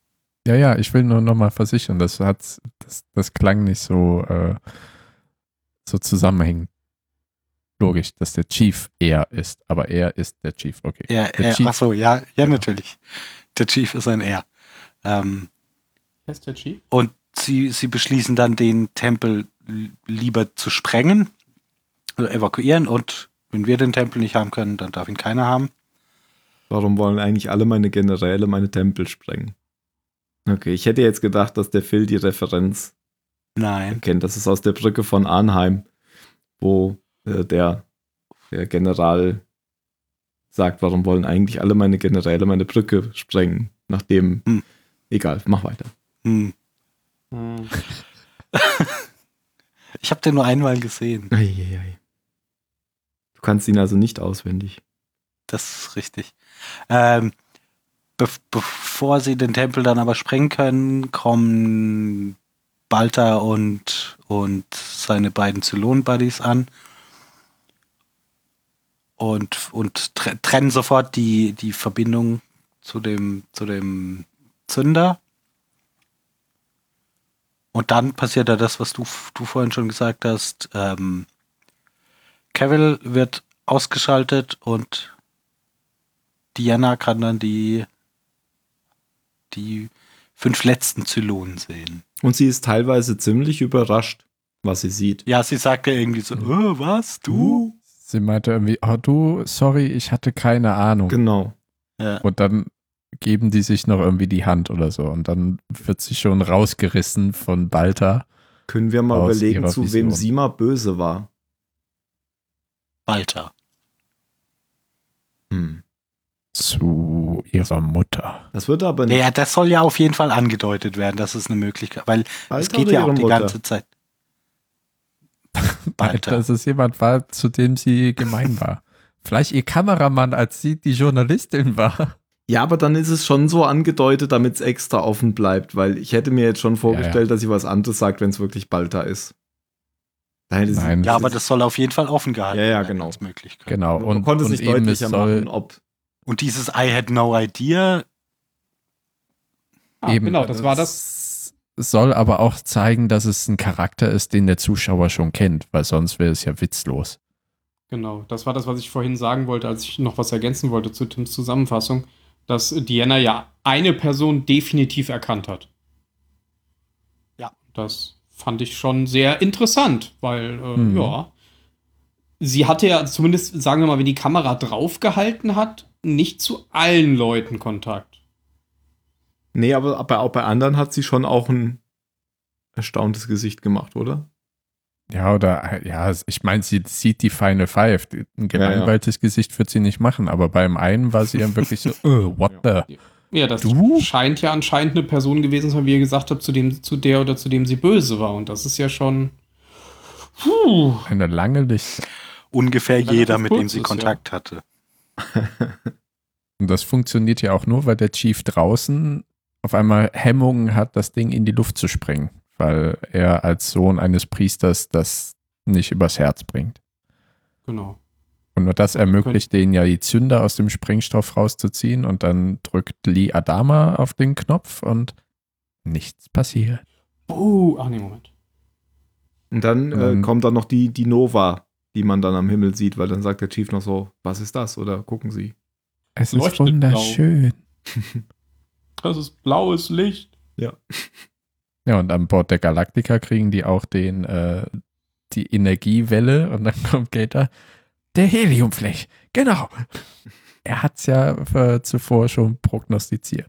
C: Ja, ja, ich will nur nochmal versichern, das hat, das, das klang nicht so, äh, so zusammenhängend. Logisch, dass der Chief er ist, aber er ist der Chief, okay.
F: Er,
C: Der
F: er,
C: Chief.
F: ach so, ja, ja, natürlich. Der Chief ist ein Er. Ähm,
A: Wer ist der Chief?
F: Und sie, sie beschließen dann, den Tempel l- lieber zu sprengen, also evakuieren. Und wenn wir den Tempel nicht haben können, dann darf ihn keiner haben.
H: (laughs) Warum wollen eigentlich alle meine Generäle meine Tempel sprengen? Okay, ich hätte jetzt gedacht, dass der Phil die Referenz
F: Nein.
H: kennt. Das ist aus der Brücke von Arnheim, wo äh, der, der General sagt, warum wollen eigentlich alle meine Generäle meine Brücke sprengen? Nachdem,
F: Hm.
H: egal, mach weiter.
F: Hm. (laughs) Ich habe den nur einmal gesehen.
H: Eieiei. Du kannst ihn also nicht auswendig.
F: Das ist richtig. Ähm, be bevor sie den Tempel dann aber sprengen können, kommen Balta und, und seine beiden Zylon-Buddies an und, und tre trennen sofort die, die Verbindung zu dem, zu dem Zünder. Und dann passiert ja das, was du, du vorhin schon gesagt hast. Ähm, Cavill wird ausgeschaltet und Diana kann dann die, die fünf letzten Zylonen sehen.
H: Und sie ist teilweise ziemlich überrascht, was sie sieht.
F: Ja, sie sagt ja irgendwie so, äh, was, du?
C: Sie meinte irgendwie, oh du, sorry, ich hatte keine Ahnung.
H: Genau.
F: Ja.
C: Und dann geben die sich noch irgendwie die Hand oder so. Und dann wird sie schon rausgerissen von Balta.
H: Können wir mal
C: Aus
H: überlegen,
C: ihrer
H: zu
C: Vision.
H: wem sie mal böse war.
F: Walter.
H: Hm.
C: Zu ihrer Mutter.
H: Das wird aber nicht.
F: Naja, das soll ja auf jeden Fall angedeutet werden, das ist eine Möglichkeit, weil es
H: Walter
F: geht
H: oder
F: ja
H: ihre
F: auch die
H: Mutter?
F: ganze Zeit.
C: Balta, dass es jemand war, zu dem sie (laughs) gemein war. Vielleicht ihr Kameramann, als sie die Journalistin war.
H: Ja, aber dann ist es schon so angedeutet, damit es extra offen bleibt, weil ich hätte mir jetzt schon vorgestellt,
C: Ja,
H: dass sie was anderes sagt, wenn es wirklich Balta ist. Nein, das
C: Nein.
F: Ja, aber das soll auf jeden Fall offen gehalten
H: Ja, ja,
F: werden
H: genau.
F: als Möglichkeit.
C: Genau.
H: man
C: Und,
H: konnte es
C: und
H: nicht
C: eben es
H: deutlicher machen,
C: soll
H: ob.
F: Und dieses I had no idea,
A: Ah,
C: eben,
A: genau, das war das.
C: Es soll aber auch zeigen, dass es ein Charakter ist, den der Zuschauer schon kennt, weil sonst wäre es ja witzlos.
A: Genau, das war das, was ich vorhin sagen wollte, als ich noch was ergänzen wollte zu Tims Zusammenfassung, dass Diana ja eine Person definitiv erkannt hat.
F: Ja.
A: Das fand ich schon sehr interessant, weil, äh,
C: Mhm.
A: ja, sie hatte ja zumindest, sagen wir mal, wenn die Kamera draufgehalten hat, nicht zu allen Leuten Kontakt.
H: Nee, aber, aber auch bei anderen hat sie schon auch ein erstauntes Gesicht gemacht, oder?
C: Ja, oder, ja, ich meine, sie sieht die Final Five. Ein gelangweiltes Gesicht wird sie nicht machen, aber beim einen war
A: (laughs)
C: sie dann wirklich so, äh, what the?
A: Ja, das
C: Du?
A: scheint ja anscheinend eine Person gewesen zu sein, wie ihr gesagt habt, zu, dem, zu der oder zu dem sie böse war. Und das ist ja schon. Puh.
C: Eine lange Liste.
F: ungefähr
A: Relativ
F: jeder, mit dem
A: kurz
F: sie
A: ist,
F: Kontakt hatte.
C: Und das funktioniert ja auch nur, weil der Chief draußen auf einmal Hemmungen hat, das Ding in die Luft zu sprengen, weil er als Sohn eines Priesters das nicht übers Herz bringt.
A: Genau.
C: Und nur das ermöglicht denen ja, die Zünder aus dem Sprengstoff rauszuziehen und dann drückt Lee Adama auf den Knopf und nichts passiert.
A: Oh, ach nee, Moment.
H: Und dann äh,
C: Ähm.
H: kommt dann noch die, die Nova, die man dann am Himmel sieht, weil dann sagt der Chief noch so: Was ist das? Oder gucken Sie.
C: Es
A: Leuchtet
C: ist
A: blau.
C: wunderschön.
A: Das ist blaues Licht.
C: Ja, und an Bord der Galactica kriegen die auch den, äh, die Energiewelle und dann (laughs) kommt Gator. Der Heliumfläch, genau. Er hat's ja äh, zuvor schon prognostiziert.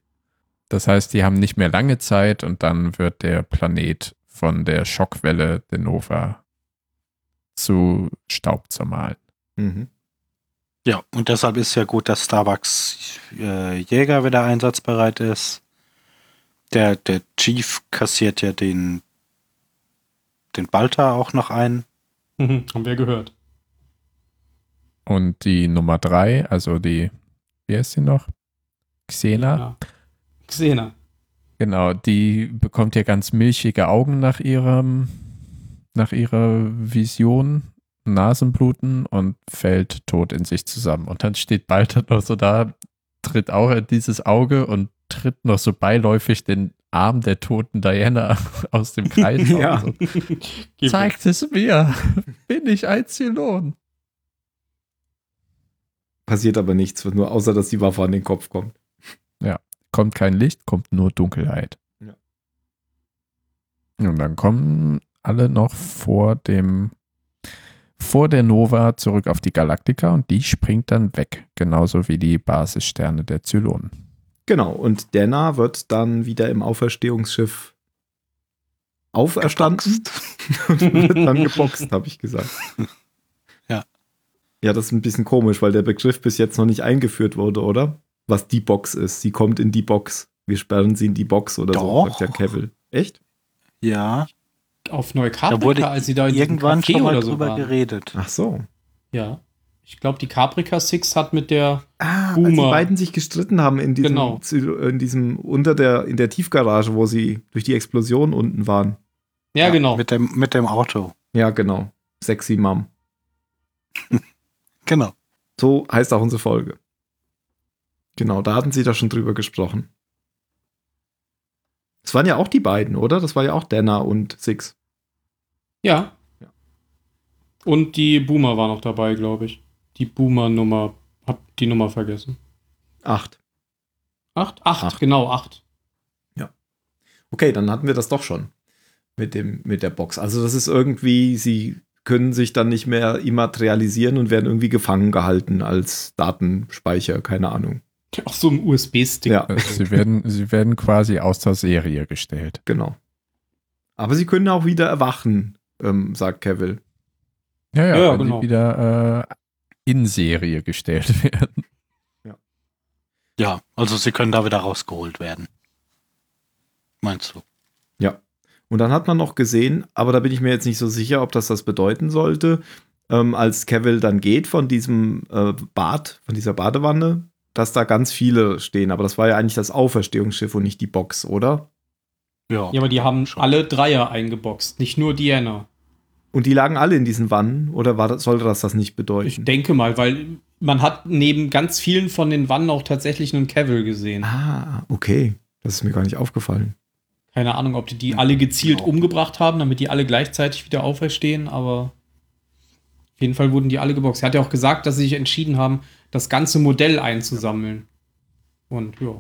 C: Das heißt, die haben nicht mehr lange Zeit und dann wird der Planet von der Schockwelle der Nova zu Staub zermahlen.
H: Mhm.
F: Ja, und deshalb ist ja gut, dass Starbucks äh, Jäger wieder einsatzbereit ist. Der, der Chief kassiert ja den, den Balta auch noch ein.
A: Mhm, haben wir gehört.
C: Und die Nummer drei, also die, wie heißt sie noch? Xena.
A: Ja. Xena.
C: Genau, die bekommt ja ganz milchige Augen nach ihrem, nach ihrer Vision, Nasenbluten und fällt tot in sich zusammen. Und dann steht Balter noch so da, tritt auch in dieses Auge und tritt noch so beiläufig den Arm der toten Diana (laughs) aus
A: (laughs)
C: dem Kreis.
H: Ja.
A: Also,
C: auf.
A: Gib
C: Zeigt es mir, (laughs) bin ich ein Zylon.
H: Passiert aber nichts, nur außer dass die Waffe an den Kopf kommt.
C: kommt kein Licht, kommt nur Dunkelheit.
H: Ja.
C: Und dann kommen alle noch vor dem vor der Nova zurück auf die Galaktika und die springt dann weg, genauso wie die Basissterne der Zylonen.
H: Genau, und Dana wird dann wieder im Auferstehungsschiff auferstanden (laughs) und wird dann geboxt, habe ich gesagt.
F: (laughs) Ja.
H: Ja, das ist ein bisschen komisch, weil der Begriff bis jetzt noch nicht eingeführt wurde, oder? Was die Box ist. Sie kommt in die Box. Wir sperren sie in die Box oder so,
F: Doch.
H: sagt der Kevil. Echt?
F: Ja,
A: Auf
F: Da wurde
A: Neukaprika, als sie da in diesem
F: irgendwann
A: Café
F: schon mal
A: oder so
F: drüber
A: waren.
F: geredet.
H: Ach so.
A: Ja. Ich glaube, die Caprica Six hat mit der.
H: Ah, als die
A: Boomer.
H: beiden sich gestritten haben in diesem,
A: Genau.
H: in diesem unter der, in der Tiefgarage, wo sie durch die Explosion unten waren.
A: Ja, genau.
F: Mit dem, mit dem Auto.
H: Ja, genau. Sexy Mom.
F: Genau.
H: So heißt auch unsere Folge. Genau, da hatten sie da schon drüber gesprochen. Das waren ja auch die beiden, oder? Das war ja auch Dana und Six.
A: Ja.
H: Ja.
A: Und die Boomer war noch dabei, glaube ich. Die Boomer-Nummer. Hab die Nummer vergessen.
H: Acht.
A: Acht? Acht,
H: Acht.
A: genau, acht.
H: Okay, dann hatten wir das doch schon mit, dem, mit der Box. Also das ist irgendwie, sie können sich dann nicht mehr immaterialisieren und werden irgendwie gefangen gehalten als Datenspeicher, keine Ahnung.
A: (laughs) Auf so einem USB-Stick.
H: Ja,
C: Also Sie werden, sie werden quasi aus der Serie gestellt.
H: genau. Aber sie können auch wieder erwachen, ähm, sagt Cavill.
C: Ja, ja,
A: Ja, ja,
C: wenn
A: genau.
C: sie wieder äh, in Serie gestellt (laughs) werden.
F: Ja, also sie können da wieder rausgeholt werden. Meinst du?
H: Und dann hat man noch gesehen, aber da bin ich mir jetzt nicht so sicher, ob das das bedeuten sollte, ähm, als Cavill dann geht von diesem äh, Bad, von dieser Badewanne, dass da ganz viele stehen. Aber das war ja eigentlich das Auferstehungsschiff und nicht die Box, oder?
A: Ja, aber die haben
F: Schon.
A: alle Dreier eingeboxt, nicht nur Diana.
H: Und die lagen alle in diesen Wannen, oder war das, sollte das das nicht
A: Ich
H: bedeuten?
A: denke mal, weil man hat neben ganz vielen von den Wannen auch tatsächlich einen Cavill gesehen.
H: ah, okay. Das ist mir gar nicht aufgefallen.
A: Keine Ahnung, ob die die alle gezielt
F: Genau.
A: umgebracht haben, damit die alle gleichzeitig wieder auferstehen, aber auf jeden Fall wurden die alle geboxt. Er hat ja auch gesagt, dass sie sich entschieden haben, das ganze Modell einzusammeln. Und ja,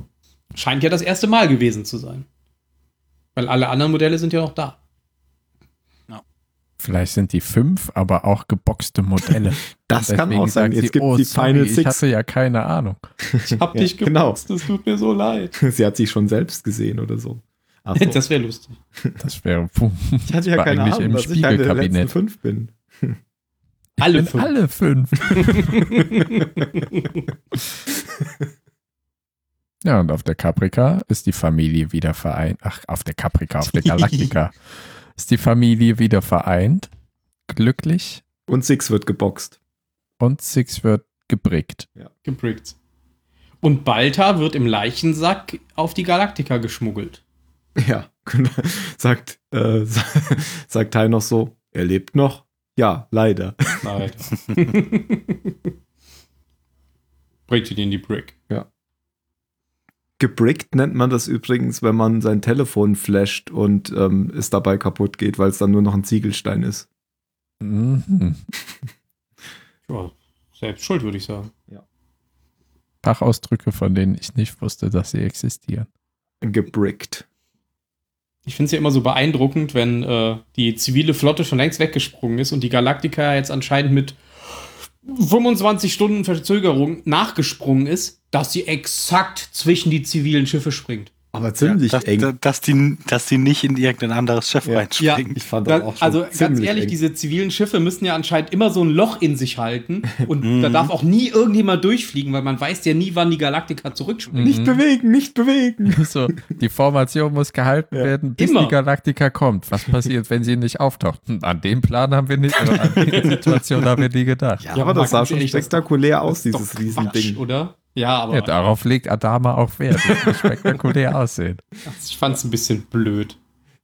A: scheint ja das erste Mal gewesen zu sein. Weil alle anderen Modelle sind ja noch da.
C: Vielleicht sind die fünf, aber auch geboxte Modelle.
H: Das kann
C: Deswegen
H: auch sein.
C: sagt
H: Jetzt
C: sie,
H: gibt
C: oh,
H: die
C: sorry,
H: Final
C: Ich
H: Six.
C: hatte ja keine Ahnung.
A: Ich hab
H: Ja,
A: dich
H: genau. (laughs)
A: geboxt, es tut mir so leid.
H: Sie hat sich schon selbst gesehen oder so. Ach (laughs) so.
A: Das wäre lustig.
C: Das wäre
H: ich hatte ja
C: war
H: keine
C: eigentlich
H: Ahnung,
C: im
H: dass ich eine der letzten
C: Spiegelkabinett.
H: fünf bin.
A: Alle
C: Wenn
A: fünf.
C: alle fünf. Ja, und auf der Caprica ist die Familie wieder vereint. Ach, auf der Caprica, auf der Galactica ist die Familie wieder vereint, glücklich
H: Und Six wird geboxt.
C: und Six wird gebrickt.
A: Gebrickt. Und Balta wird im Leichensack auf die Galaktika geschmuggelt.
H: (laughs) Ja, genau. sagt, äh, (laughs) sagt Tai noch so, er lebt noch. Ja, leider. (laughs)
A: (laughs) Alter. Bringt ihn in die Brick.
H: Gebrickt nennt man das übrigens, wenn man sein Telefon flasht und ähm, es dabei kaputt geht, weil es dann nur noch ein Ziegelstein ist.
C: Mhm.
A: Ja, selbst schuld, würde ich sagen.
C: Fachausdrücke, von denen ich nicht wusste, dass sie existieren.
H: Gebrickt.
A: Ich finde es ja immer so beeindruckend, wenn äh, die zivile Flotte schon längst weggesprungen ist und die Galaktika jetzt anscheinend mit 25 Stunden Verzögerung nachgesprungen ist, dass sie exakt zwischen die zivilen Schiffe springt.
H: Aber ziemlich
F: ja, dass,
H: eng.
F: da- Dass die, dass die nicht in irgendein anderes Schiff
H: Ja.
F: reinspringen.
H: ich fand
A: Da, also ganz ehrlich, diese zivilen Schiffe müssen ja anscheinend immer so ein Loch in sich halten
H: (laughs) Mhm.
A: und da darf auch nie irgendjemand durchfliegen, weil man weiß ja nie, wann die Galaktika zurückspringt.
H: nicht bewegen, nicht bewegen.
C: So, Also, die Formation muss gehalten
H: Ja.
C: werden, bis
A: Immer.
C: die Galaktika kommt. Was passiert, wenn sie nicht auftaucht? Hm, an den Plan haben wir nicht, oder an die Situation haben wir nie gedacht.
H: Ja, aber das
A: Markus,
H: sah schon
A: ehrlich, das-
H: spektakulär aus,
A: Doch
H: dieses
A: Quatsch,
H: Riesending.
A: oder? Ja, aber
C: Ja, darauf legt Adama auch Wert. Das muss spektakulär aussehen.
A: ich fand's ein bisschen blöd.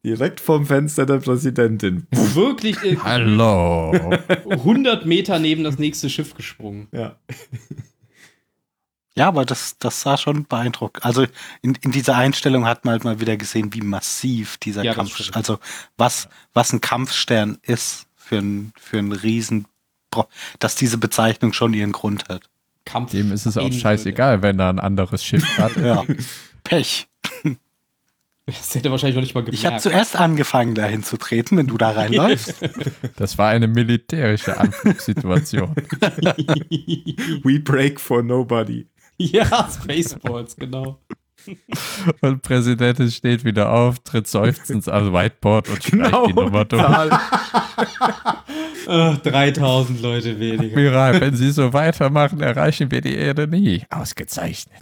H: Direkt vom Fenster der Präsidentin.
A: Wirklich
H: (laughs)
A: äh,
H: Halt.
C: Hallo.
A: 100 Meter neben das nächste Schiff gesprungen.
H: Ja.
F: Ja, aber das, das sah schon beeindruckend. Also in, in dieser Einstellung hat man halt mal wieder gesehen, wie massiv dieser
A: Ja, das
F: Kampf,
A: stimmt.
F: also was, was ein Kampfstern ist für einen für einen Riesen, dass diese Bezeichnung schon ihren Grund hat.
A: Kampf.
C: Dem ist es auch
A: Eben
C: scheißegal, wenn da ein anderes Schiff hat.
A: (laughs)
F: Ja. Pech.
A: Das hätte er wahrscheinlich noch nicht mal
F: Ich habe
A: gemerkt.
F: zuerst angefangen, dahin zu treten, wenn du da
A: (laughs)
F: reinläufst.
C: Das war eine militärische Anflugssituation.
H: We break for nobody.
A: (laughs) ja, Spaceballs, genau.
C: Und Präsidentin steht wieder auf, tritt seufzend ans Whiteboard und streicht die Nummer durch.
H: Zahl.
A: Ach, 3000 Leute
H: (laughs)
A: weniger.
C: Admiral, wenn Sie so weitermachen, erreichen wir die Erde nie. Ausgezeichnet.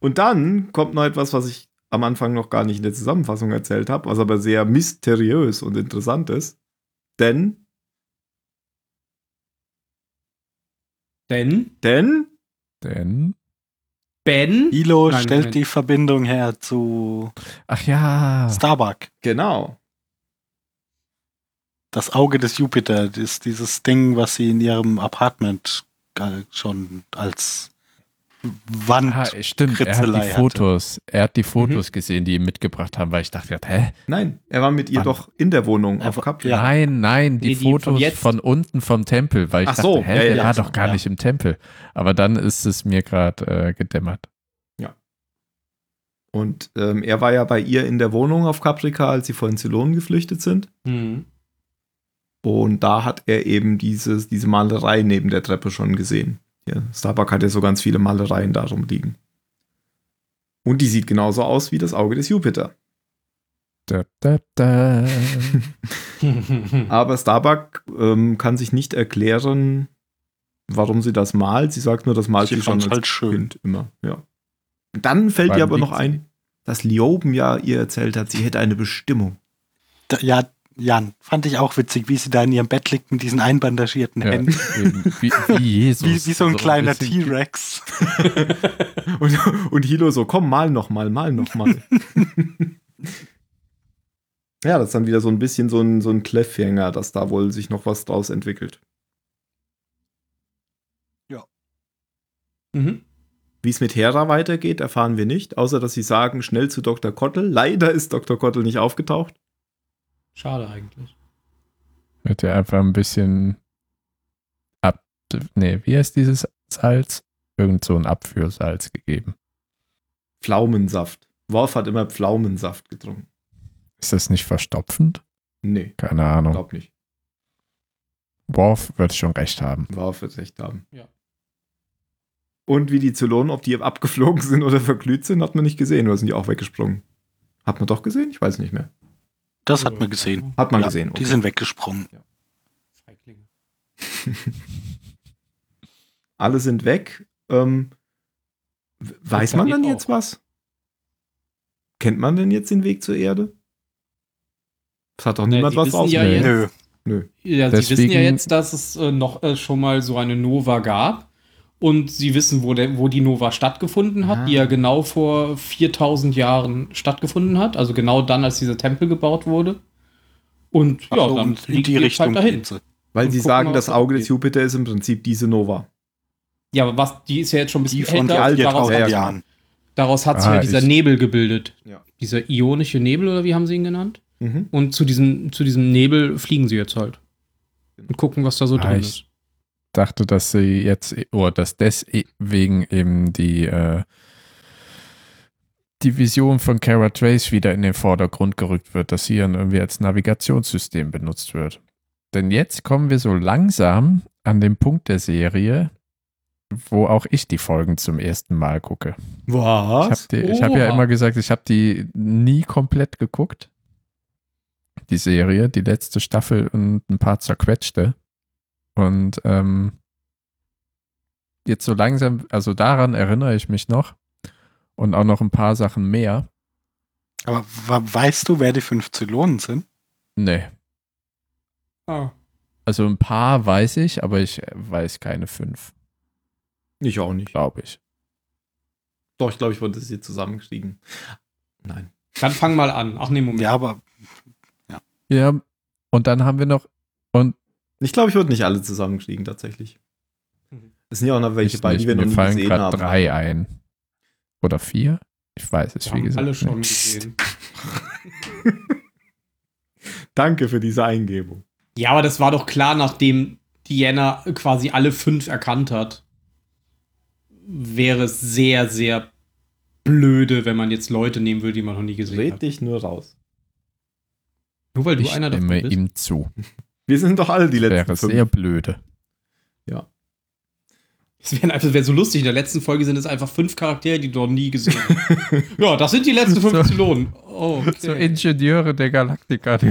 H: Und dann kommt noch etwas, was ich am Anfang noch gar nicht in der Zusammenfassung erzählt habe, was aber sehr mysteriös und interessant ist. Denn,
A: Denn
H: denn,
C: Denn.
A: Ben
F: Hilo
A: Nein,
F: stellt
A: Moment.
F: die Verbindung her zu
C: Ach ja.
F: Starbuck.
H: genau,
F: Das Auge des Jupiter, das, dieses Ding, was sie in ihrem Apartment äh, schon als Wand.
C: Ah, stimmt, er hat
F: Kritzelei
C: die
F: hatte.
C: Fotos, er hat die Fotos gesehen, die ihm mitgebracht haben, weil ich dachte, hä?
H: Nein, er war mit ihr
C: Wann?
H: doch in der Wohnung
F: Er
H: auf
F: war-
H: Capri.
F: ja.
C: Nein, nein, die,
A: Nee, die von
C: Fotos von,
A: jetzt.
C: unten vom Tempel, weil ich
H: Ach
C: dachte,
H: so,
C: hä,
H: ja, ja,
C: der war
H: jetzt.
C: doch gar
F: Ja.
C: nicht im Tempel. Aber dann ist es mir gerade äh, gedämmert.
H: Und ähm, er war ja bei ihr in der Wohnung auf Caprica, als sie von Ceylon geflüchtet sind.
A: Mhm.
H: Und da hat er eben dieses, diese Malerei neben der Treppe schon gesehen. Ja, Starbuck hat ja so ganz viele Malereien darum liegen. Und die sieht genauso aus wie das Auge des Jupiter.
C: Da, da, da.
H: Aber Starbuck ähm, kann sich nicht erklären, warum sie das malt. Sie sagt nur, das malt
F: Sie
H: sie, schon
F: fand's
H: als
F: halt schön.
H: Kind immer. Ja. Und dann fällt
C: Beim
H: ihr aber noch
C: Lied-
H: ein, dass Lioben ja ihr erzählt hat, sie hätte eine Bestimmung.
F: Da, ja, Jan, fand ich auch witzig, wie sie da in ihrem Bett liegt mit diesen einbandagierten
C: ja,
F: Händen.
C: eben, wie, wie Jesus.
F: Wie, wie so ein kleiner
C: bisschen-
F: T-Rex.
H: Und, und Hilo so, komm, mal noch mal, mal noch mal.
F: (laughs)
H: ja, das ist dann wieder so ein bisschen so ein, so ein Cliffhanger, dass da wohl sich noch was draus entwickelt.
A: (laughs) Mhm.
H: Wie es mit Hera weitergeht, erfahren wir nicht, außer dass sie sagen, schnell zu Dr. Kottel. Leider ist Dr. Kottel nicht aufgetaucht.
A: Schade eigentlich.
C: Wird ja einfach ein bisschen ab. Nee, wie heißt dieses Salz? Irgend so ein Abführsalz gegeben.
H: Pflaumensaft. Worf hat immer Pflaumensaft getrunken.
C: Ist das nicht verstopfend?
H: Nee,
C: Keine Ahnung.
H: glaub nicht.
C: Worf wird schon recht haben.
H: Worf wird recht haben.
A: Ja.
H: Und wie die Zylonen, ob die abgeflogen sind oder verglüht sind, hat man nicht gesehen. Oder sind die auch weggesprungen? Hat man doch gesehen? Ich weiß nicht mehr.
F: Das
A: Also,
F: hat man gesehen.
H: Hat man
F: ja,
H: gesehen.
F: Die sind weggesprungen.
A: Feiglinge.
H: Alle sind weg. Ähm, w- weiß man
A: Planet
H: dann
A: auch.
H: jetzt was? Kennt man denn jetzt den Weg zur Erde? Das hat doch
A: Nee,
H: niemand
A: Ne, die
H: was
A: wissen ja
H: rausgehört.
A: jetzt-
F: Nö.
A: Ja, sie wissen
C: Deswegen-
A: ja jetzt, dass es äh, noch äh, schon mal so eine Nova gab. Und sie wissen, wo, der, wo die Nova stattgefunden hat,
H: Ah.
A: die ja genau vor 4000 Jahren stattgefunden hat. Also genau dann, als dieser Tempel gebaut wurde. Und ja,
F: Also,
A: dann
F: und in
A: fliegt
F: die
A: jetzt
F: Richtung
A: halt dahin.
F: geht sie.
H: Weil
A: Und
H: sie
A: gucken
H: sagen,
A: mal,
H: das
A: was
H: Auge des
A: abgeht.
H: Jupiter ist im Prinzip diese Nova.
A: Ja, aber was, die ist ja jetzt schon ein bisschen
F: Die von
A: älter.
H: alt-
A: daraus,
H: ja,
F: 4000
H: ja.
F: Jahren.
A: daraus hat sich
C: Ah,
A: ja dieser
C: ich-
A: Nebel gebildet.
H: Ja.
A: Dieser ionische Nebel, oder wie haben sie ihn genannt?
H: Mhm.
A: Und zu diesem, zu diesem Nebel fliegen sie jetzt halt. Und gucken, was da so
C: Ah,
A: drin
C: ich-
A: ist.
C: dachte, dass sie jetzt, oder dass deswegen eben die, äh, die Vision von Cara Trace wieder in den Vordergrund gerückt wird, dass sie dann irgendwie als Navigationssystem benutzt wird. Denn jetzt kommen wir so langsam an den Punkt der Serie, wo auch ich die Folgen zum ersten Mal gucke.
H: Was?
C: Ich habe hab ja
A: Oha.
C: immer gesagt, ich habe die nie komplett geguckt. Die Serie, die letzte Staffel und ein paar zerquetschte. Und ähm, jetzt so langsam, also daran erinnere ich mich noch. Und auch noch ein paar Sachen mehr.
F: Aber wa- weißt du, wer die fünf Zylonen sind?
C: Nee.
A: Ah.
C: Also ein paar weiß ich, aber ich weiß keine fünf,
H: Ich auch nicht.
C: glaube ich.
H: Doch, ich glaube, ich wurde das hier zusammenkriegen. Nein.
A: Dann fang mal an. Ach nee, Moment.
F: Ja, aber
C: Ja, und dann haben wir noch,
H: Ich glaube, ich wurde nicht alle zusammenkriegen, tatsächlich.
A: Mhm.
H: Es sind ja auch noch welche
C: ich
H: bei, die
C: nicht,
H: wir noch
C: mir
H: nie
C: fallen
H: gesehen
C: gerade
H: haben.
C: drei ein. Oder vier? Ich weiß es,
A: Wir
C: wie
A: haben
C: gesagt.
A: alle
C: nicht.
A: schon gesehen.
H: Danke für diese Eingebung.
A: Ja, aber das war doch klar, nachdem Diana quasi alle fünf erkannt hat, wäre es sehr, sehr blöde, wenn man jetzt Leute nehmen würde, die man noch nie gesehen
H: Red
A: hat.
H: dich nur raus.
A: Nur weil du
C: Ich
A: einer davon
C: stimme
A: bist.
C: ihm zu.
H: Wir sind doch alle die
C: Wäre
H: letzten fünf.
C: sehr blöde.
A: Es wäre einfach wär so lustig. In der letzten Folge sind es einfach fünf Charaktere, die du noch nie gesehen hast.
C: (laughs)
A: ja, das sind die letzten fünf
C: So-
A: Zylonen. Oh,
C: So
A: okay.
C: Ingenieure der
A: (laughs)
C: Galaktika, die,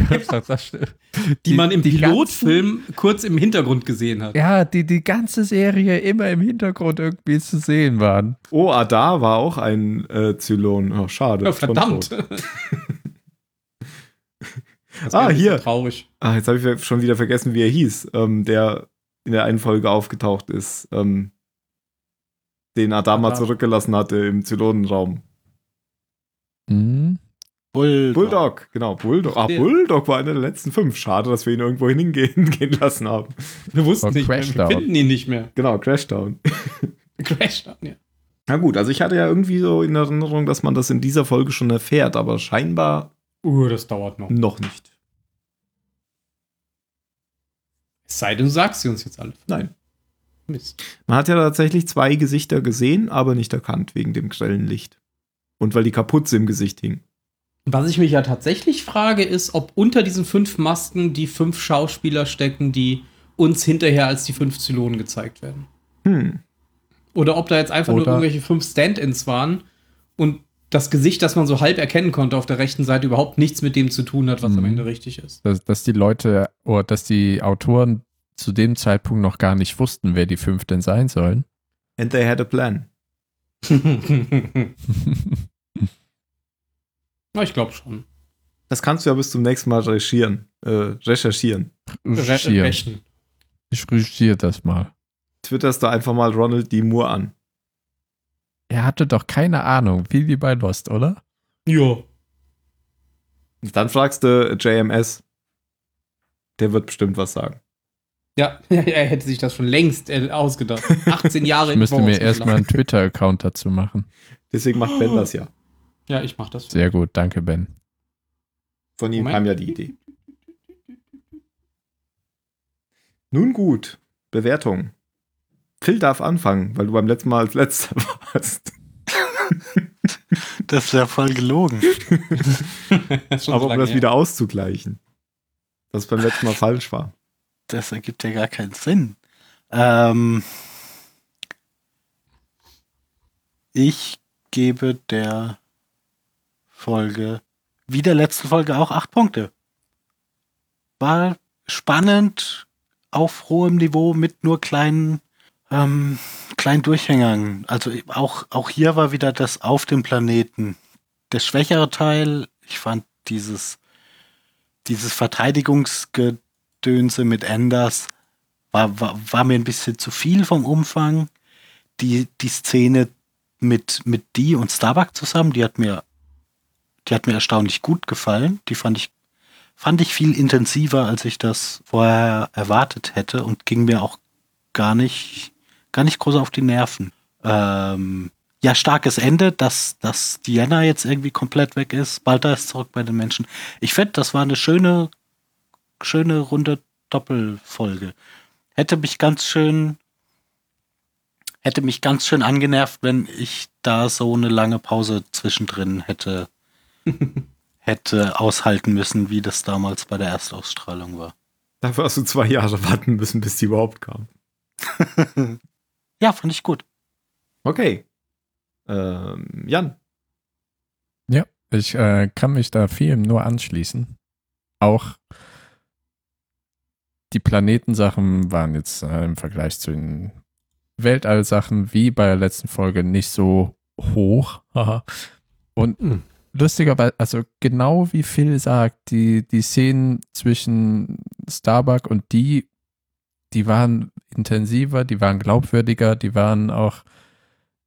A: die, man im
C: die
A: Pilotfilm kurz im Hintergrund gesehen hat.
C: ja, die die ganze Serie immer im Hintergrund irgendwie zu sehen waren.
H: Oh, Adar war auch ein äh, Zylon. Oh, schade.
A: Ja,
H: Schon
A: verdammt.
H: tot.
A: Das wär
H: Ah,
A: ein bisschen
H: hier.
A: Traurig.
H: Ah, jetzt habe ich schon wieder vergessen, wie er hieß, ähm, der in der einen Folge aufgetaucht ist, ähm, den Adama
C: Adar.
H: zurückgelassen hatte im Zylonenraum.
C: Mhm.
F: Bulldog.
H: Bulldog, genau, Bulldog. Ah,
A: Der-
H: Bulldog war einer der letzten fünf. Schade, dass wir ihn irgendwo hingehen (laughs) gehen lassen haben.
A: Wir wussten
C: Von
A: nicht mehr. Wir
C: Crashdown.
A: finden ihn nicht mehr. (laughs)
H: Genau, Crashdown.
A: Crashdown, ja.
H: Na gut, also ich hatte ja irgendwie so in Erinnerung, dass man das in dieser Folge schon erfährt, aber scheinbar
A: Uh, das dauert noch.
H: noch nicht.
A: Es sei denn, du sagst sie uns jetzt alle.
H: Nein.
A: Mist.
H: Man hat ja tatsächlich zwei Gesichter gesehen, aber nicht erkannt wegen dem grellen Licht. Und weil die Kapuze im Gesicht hing.
A: Was ich mich ja tatsächlich frage, ist, ob unter diesen fünf Masken die fünf Schauspieler stecken, die uns hinterher als die fünf Zylonen gezeigt werden.
H: Hm.
A: Oder ob da jetzt einfach nur
C: Oder-
A: irgendwelche fünf Stand-ins waren und das Gesicht, das man so halb erkennen konnte auf der rechten Seite, überhaupt nichts mit dem zu tun hat, was am
C: Mhm.
A: Ende richtig
C: (laughs)
A: ist.
C: dass, dass die Leute oder dass die Autoren zu dem Zeitpunkt noch gar nicht wussten, wer die fünf denn
A: (laughs)
C: sein sollen.
H: And they had a plan.
A: Na, ich glaube schon.
H: Das kannst du ja bis zum nächsten Mal recherchieren. Äh, recherchieren.
A: Re-
C: Recherchieren.
A: rechnen.
C: Ich recherchiere das mal.
H: Twitterst du einfach mal Ronald D. Moore an.
C: Er hatte doch keine Ahnung, wie die bei Lost, oder?
A: Ja.
H: Dann fragst du JMS. Der wird bestimmt was sagen.
A: Ja, (laughs) er hätte sich das schon längst äh, ausgedacht. 18 Jahre
C: Ich müsste mir
A: Voraus
C: erstmal einen Twitter-Account dazu machen.
H: Deswegen macht Ben das ja.
A: geplant. Ja, ich mach (laughs) das.
C: Sehr gut, danke, Ben.
H: Von ihm
A: Moment.
H: kam ja die Idee. Nun gut, Bewertung. Phil darf anfangen, weil du beim letzten Mal als letzter warst.
F: Das ist ja voll gelogen.
A: Schon
H: Aber
A: so
H: um
A: lange
H: das
A: her.
H: wieder auszugleichen. Dass es beim
A: (laughs)
H: letzten Mal falsch war.
F: Das ergibt ja gar keinen Sinn. Ähm, ich gebe der Folge, wie der letzten Folge auch, acht Punkte. War spannend, auf hohem Niveau mit nur kleinen, ähm, kleinen Durchhängern. Also auch, auch hier war wieder das auf dem Planeten. Der schwächere Teil, ich fand dieses, dieses Verteidigungsge Dönse mit Enders war, war, war mir ein bisschen zu viel vom Umfang. Die, die Szene mit, mit Dee und Starbuck zusammen, die hat mir, die hat mir erstaunlich gut gefallen. Die fand ich, fand ich viel intensiver, als ich das vorher erwartet hätte und ging mir auch gar nicht, gar nicht groß auf die Nerven. Ähm, ja, starkes Ende, dass, dass Diana jetzt irgendwie komplett weg ist. Balta ist zurück bei den Menschen. Ich finde, das war eine schöne, schöne runde Doppelfolge. Hätte mich ganz schön, hätte mich ganz schön angenervt, wenn ich da so eine lange Pause zwischendrin hätte, hätte aushalten müssen, wie das damals bei der Erstausstrahlung war.
H: Dafür hast du zwei Jahre warten müssen, bis die überhaupt kam.
F: Ja, fand ich gut.
H: Okay. Ähm, Jan.
C: Ja, ich äh, kann mich da vielem nur anschließen. Auch die Planetensachen waren jetzt äh, im Vergleich zu den Weltallsachen wie bei der letzten Folge nicht so hoch. Haha. Und
A: Hm.
C: lustigerweise, also genau wie Phil sagt, die, die Szenen zwischen Starbuck und die, die waren intensiver, die waren glaubwürdiger, die waren auch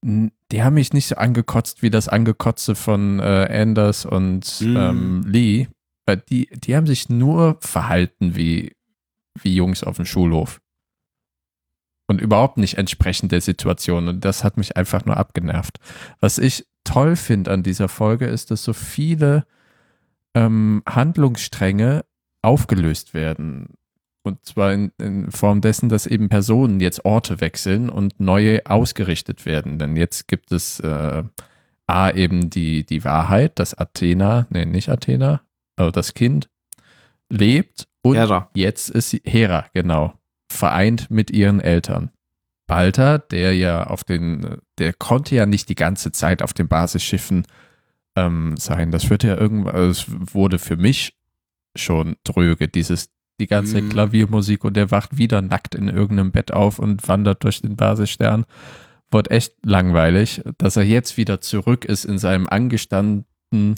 C: N- die haben mich nicht so angekotzt wie das Angekotze von äh, Anders und
F: Mm.
C: ähm, Lee. Weil Die, die haben sich nur verhalten wie, wie Jungs auf dem Schulhof. Und überhaupt nicht entsprechend der Situation. Und das hat mich einfach nur abgenervt. Was ich toll finde an dieser Folge, ist, dass so viele ähm, Handlungsstränge aufgelöst werden. Und zwar in, in Form dessen, dass eben Personen jetzt Orte wechseln und neue ausgerichtet werden. Denn jetzt gibt es äh, A eben die, die Wahrheit, dass Athena, nee, nicht Athena, also das Kind lebt und
H: Hera.
C: jetzt ist sie Hera, genau, vereint mit ihren Eltern. Balta, der ja auf den, der konnte ja nicht die ganze Zeit auf den Basisschiffen ähm, sein. Das wird ja irgendwann, also es wurde für mich schon dröge, dieses, die ganze
F: Mhm.
C: Klaviermusik und er wacht wieder nackt in irgendeinem Bett auf und wandert durch den Basisstern. Wird echt langweilig, dass er jetzt wieder zurück ist in seinem angestandenen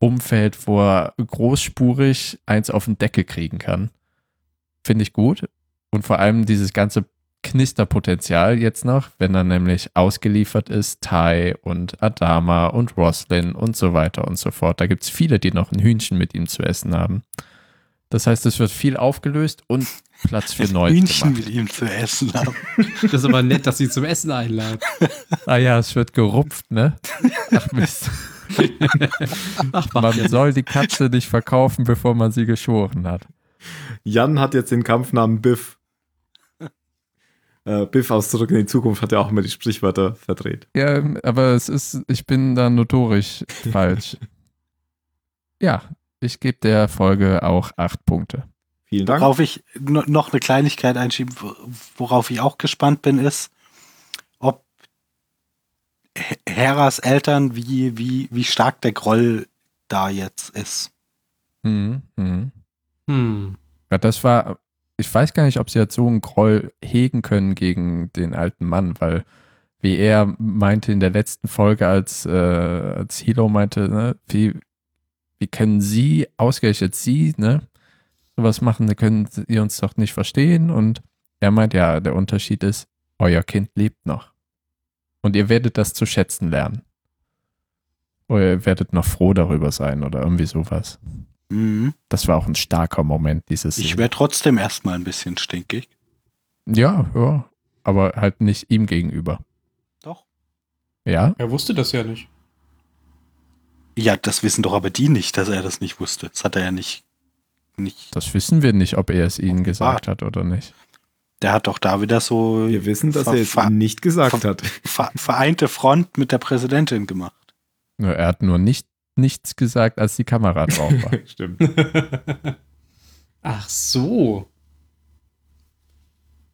C: Umfeld, wo er großspurig eins auf den Deckel kriegen kann. Finde ich gut. Und vor allem dieses ganze Knisterpotenzial jetzt noch, wenn er nämlich ausgeliefert ist, Tai und Adama und Roslyn und so weiter und so fort. Da gibt es viele, die noch ein Hühnchen mit ihm zu essen haben. Das heißt, es wird viel aufgelöst und Platz für Neues
F: Hühnchen
C: gemacht.
F: will ihm zu essen haben.
A: Das ist aber nett, dass sie zum Essen einladen.
C: Ah ja, es wird gerupft, ne? Ach (laughs) Mist.
A: Ach,
C: Man
A: Bach,
C: soll die Katze nicht verkaufen, bevor man sie geschoren hat.
H: Jan hat jetzt den Kampfnamen Biff. Äh, Biff aus Zurück in die Zukunft hat ja auch immer die Sprichwörter verdreht.
C: Ja, ähm, aber es ist, ich bin da notorisch falsch. Ja, ich gebe der Folge auch acht Punkte.
H: Vielen Dank.
F: Worauf ich no- noch eine Kleinigkeit einschieben, wo- worauf ich auch gespannt bin, ist, ob H- Heras Eltern, wie, wie, wie stark der Groll da jetzt ist.
C: Mhm. Mhm.
A: hm.
C: Ja, das war, ich weiß gar nicht, ob sie jetzt so einen Groll hegen können gegen den alten Mann, weil wie er meinte in der letzten Folge, als, äh, als Hilo meinte, ne, wie, wie können sie, ausgerechnet sie, ne, sowas machen, da können sie uns doch nicht verstehen. Und er meint, ja, der Unterschied ist, euer Kind lebt noch. Und ihr werdet das zu schätzen lernen. Oder ihr werdet noch froh darüber sein oder irgendwie sowas.
F: Mhm.
C: Das war auch ein starker Moment, dieses.
F: Ich wäre trotzdem erstmal ein bisschen stinkig.
C: Ja, ja. Aber halt nicht ihm gegenüber.
F: Doch.
C: Ja?
A: Er wusste das ja (laughs) nicht.
F: Ja, das wissen doch aber die nicht, dass er das nicht wusste. Das hat er ja nicht. nicht.
C: Das wissen wir nicht, ob er es ihnen gesagt hat oder nicht.
F: Der hat doch da wieder so
H: Wir wissen, dass
F: ver-
H: er es
F: ver-
H: nicht gesagt
F: ver-
H: hat.
F: ver vereinte Front mit der Präsidentin gemacht.
C: Nur Er hat nur nicht, nichts gesagt, als die Kamera drauf
H: (laughs)
C: war.
H: Stimmt.
A: Ach so.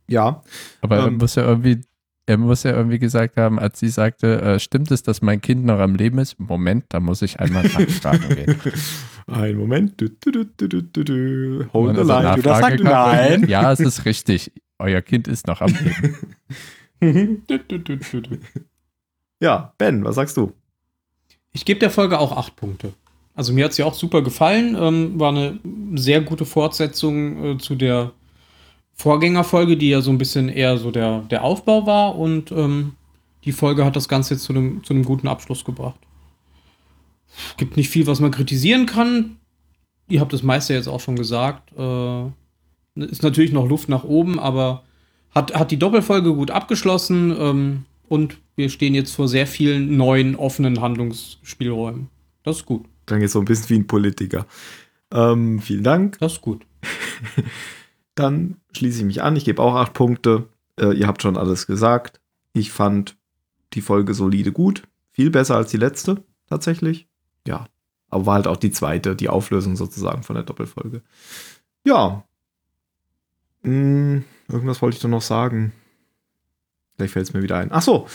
H: Ja,
C: Aber er
H: Ähm.
C: muss ja irgendwie. Er muss ja irgendwie gesagt haben, als sie sagte, äh, stimmt es, dass mein Kind noch am Leben ist? Moment, da muss ich einmal nachfragen gehen.
H: Ein Moment. Du, du, du, du, du, du, du. (laughs) Hold the
C: Und also
H: line.
F: du das
C: Nachfrage
F: sagt,
C: kam,
F: nein.
C: Ja, es ist richtig. Euer Kind ist noch am Leben.
A: (laughs)
H: Ja, Ben, was sagst du?
A: Ich gebe der Folge auch acht Punkte. Also mir hat sie auch super gefallen. Ähm, war eine sehr gute Fortsetzung äh, zu der Vorgängerfolge, die ja so ein bisschen eher so der, der Aufbau war. Und ähm, die Folge hat das Ganze jetzt zu einem, zu einem guten Abschluss gebracht. Gibt nicht viel, was man kritisieren kann. Ihr habt das meiste jetzt auch schon gesagt. Äh, ist natürlich noch Luft nach oben, aber hat, hat die Doppelfolge gut abgeschlossen ähm, und wir stehen jetzt vor sehr vielen neuen offenen Handlungsspielräumen. Das ist gut,
H: Klang jetzt so ein bisschen wie ein Politiker. Ähm, vielen Dank.
A: das ist gut.
H: Dann schließe ich mich an. Ich gebe auch acht Punkte. Äh, ihr habt schon alles gesagt. Ich fand die Folge solide gut. Viel besser als die letzte, tatsächlich. Ja. Aber war halt auch die zweite, die Auflösung sozusagen von der Doppelfolge. Ja. Hm, irgendwas wollte ich doch noch sagen. Vielleicht fällt es mir wieder ein. Ach so.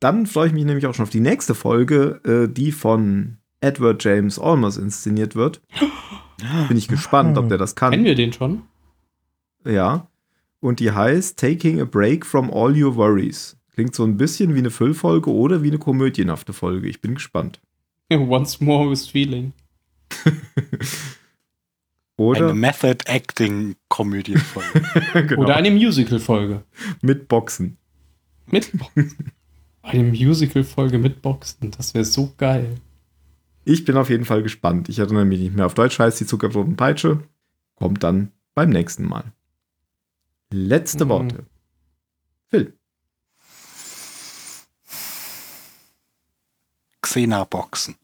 H: Dann freue ich mich nämlich auch schon auf die nächste Folge, äh, die von Edward James Olmos inszeniert wird.
A: (gasps)
H: Bin ich gespannt, ob der das kann.
A: Kennen wir den schon? (laughs)
H: Ja. Und die heißt Taking a Break from All Your Worries. Klingt so ein bisschen wie eine Füllfolge oder wie eine komödienhafte Folge. Ich bin gespannt.
A: Once more with feeling.
F: Eine
H: (laughs) Oder,
F: Method Acting Komödie Folge.
H: genau,
A: Oder eine Musical-Folge.
H: mit Boxen.
A: Mit (laughs) Boxen. eine Musical-Folge mit Boxen. Das wäre so geil.
H: Ich bin auf jeden Fall gespannt. Ich erinnere mich nicht mehr. Auf Deutsch heißt die Zuckerbrotpeitsche. Kommt dann beim nächsten Mal. Letzte
A: Mhm.
H: Worte. Phil.
F: Xena Boxen.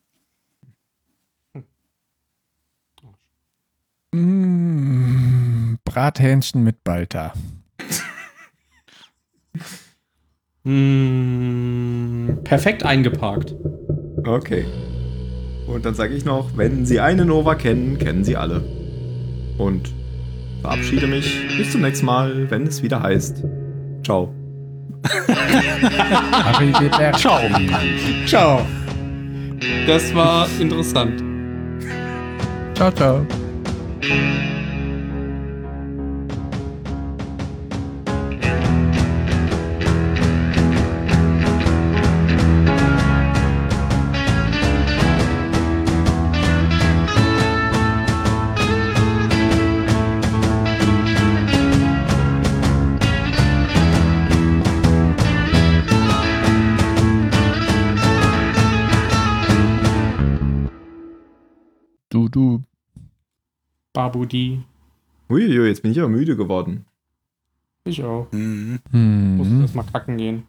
C: Mm, Brathähnchen mit Balta.
A: Mm, perfekt eingeparkt.
H: Okay. Und dann sage ich noch, wenn Sie eine Nova kennen, kennen Sie alle. Und verabschiede mich. Bis zum nächsten Mal, wenn es wieder heißt. Ciao.
C: Arrivederci.
A: Ciao. Das war interessant.
C: Ciao, ciao. Du, du.
A: Babudi.
H: Uiuiui, jetzt bin ich aber müde geworden. (laughs)
A: Ich auch.
F: Mhm. (laughs)
A: Muss
C: Hm.
A: erstmal kacken gehen.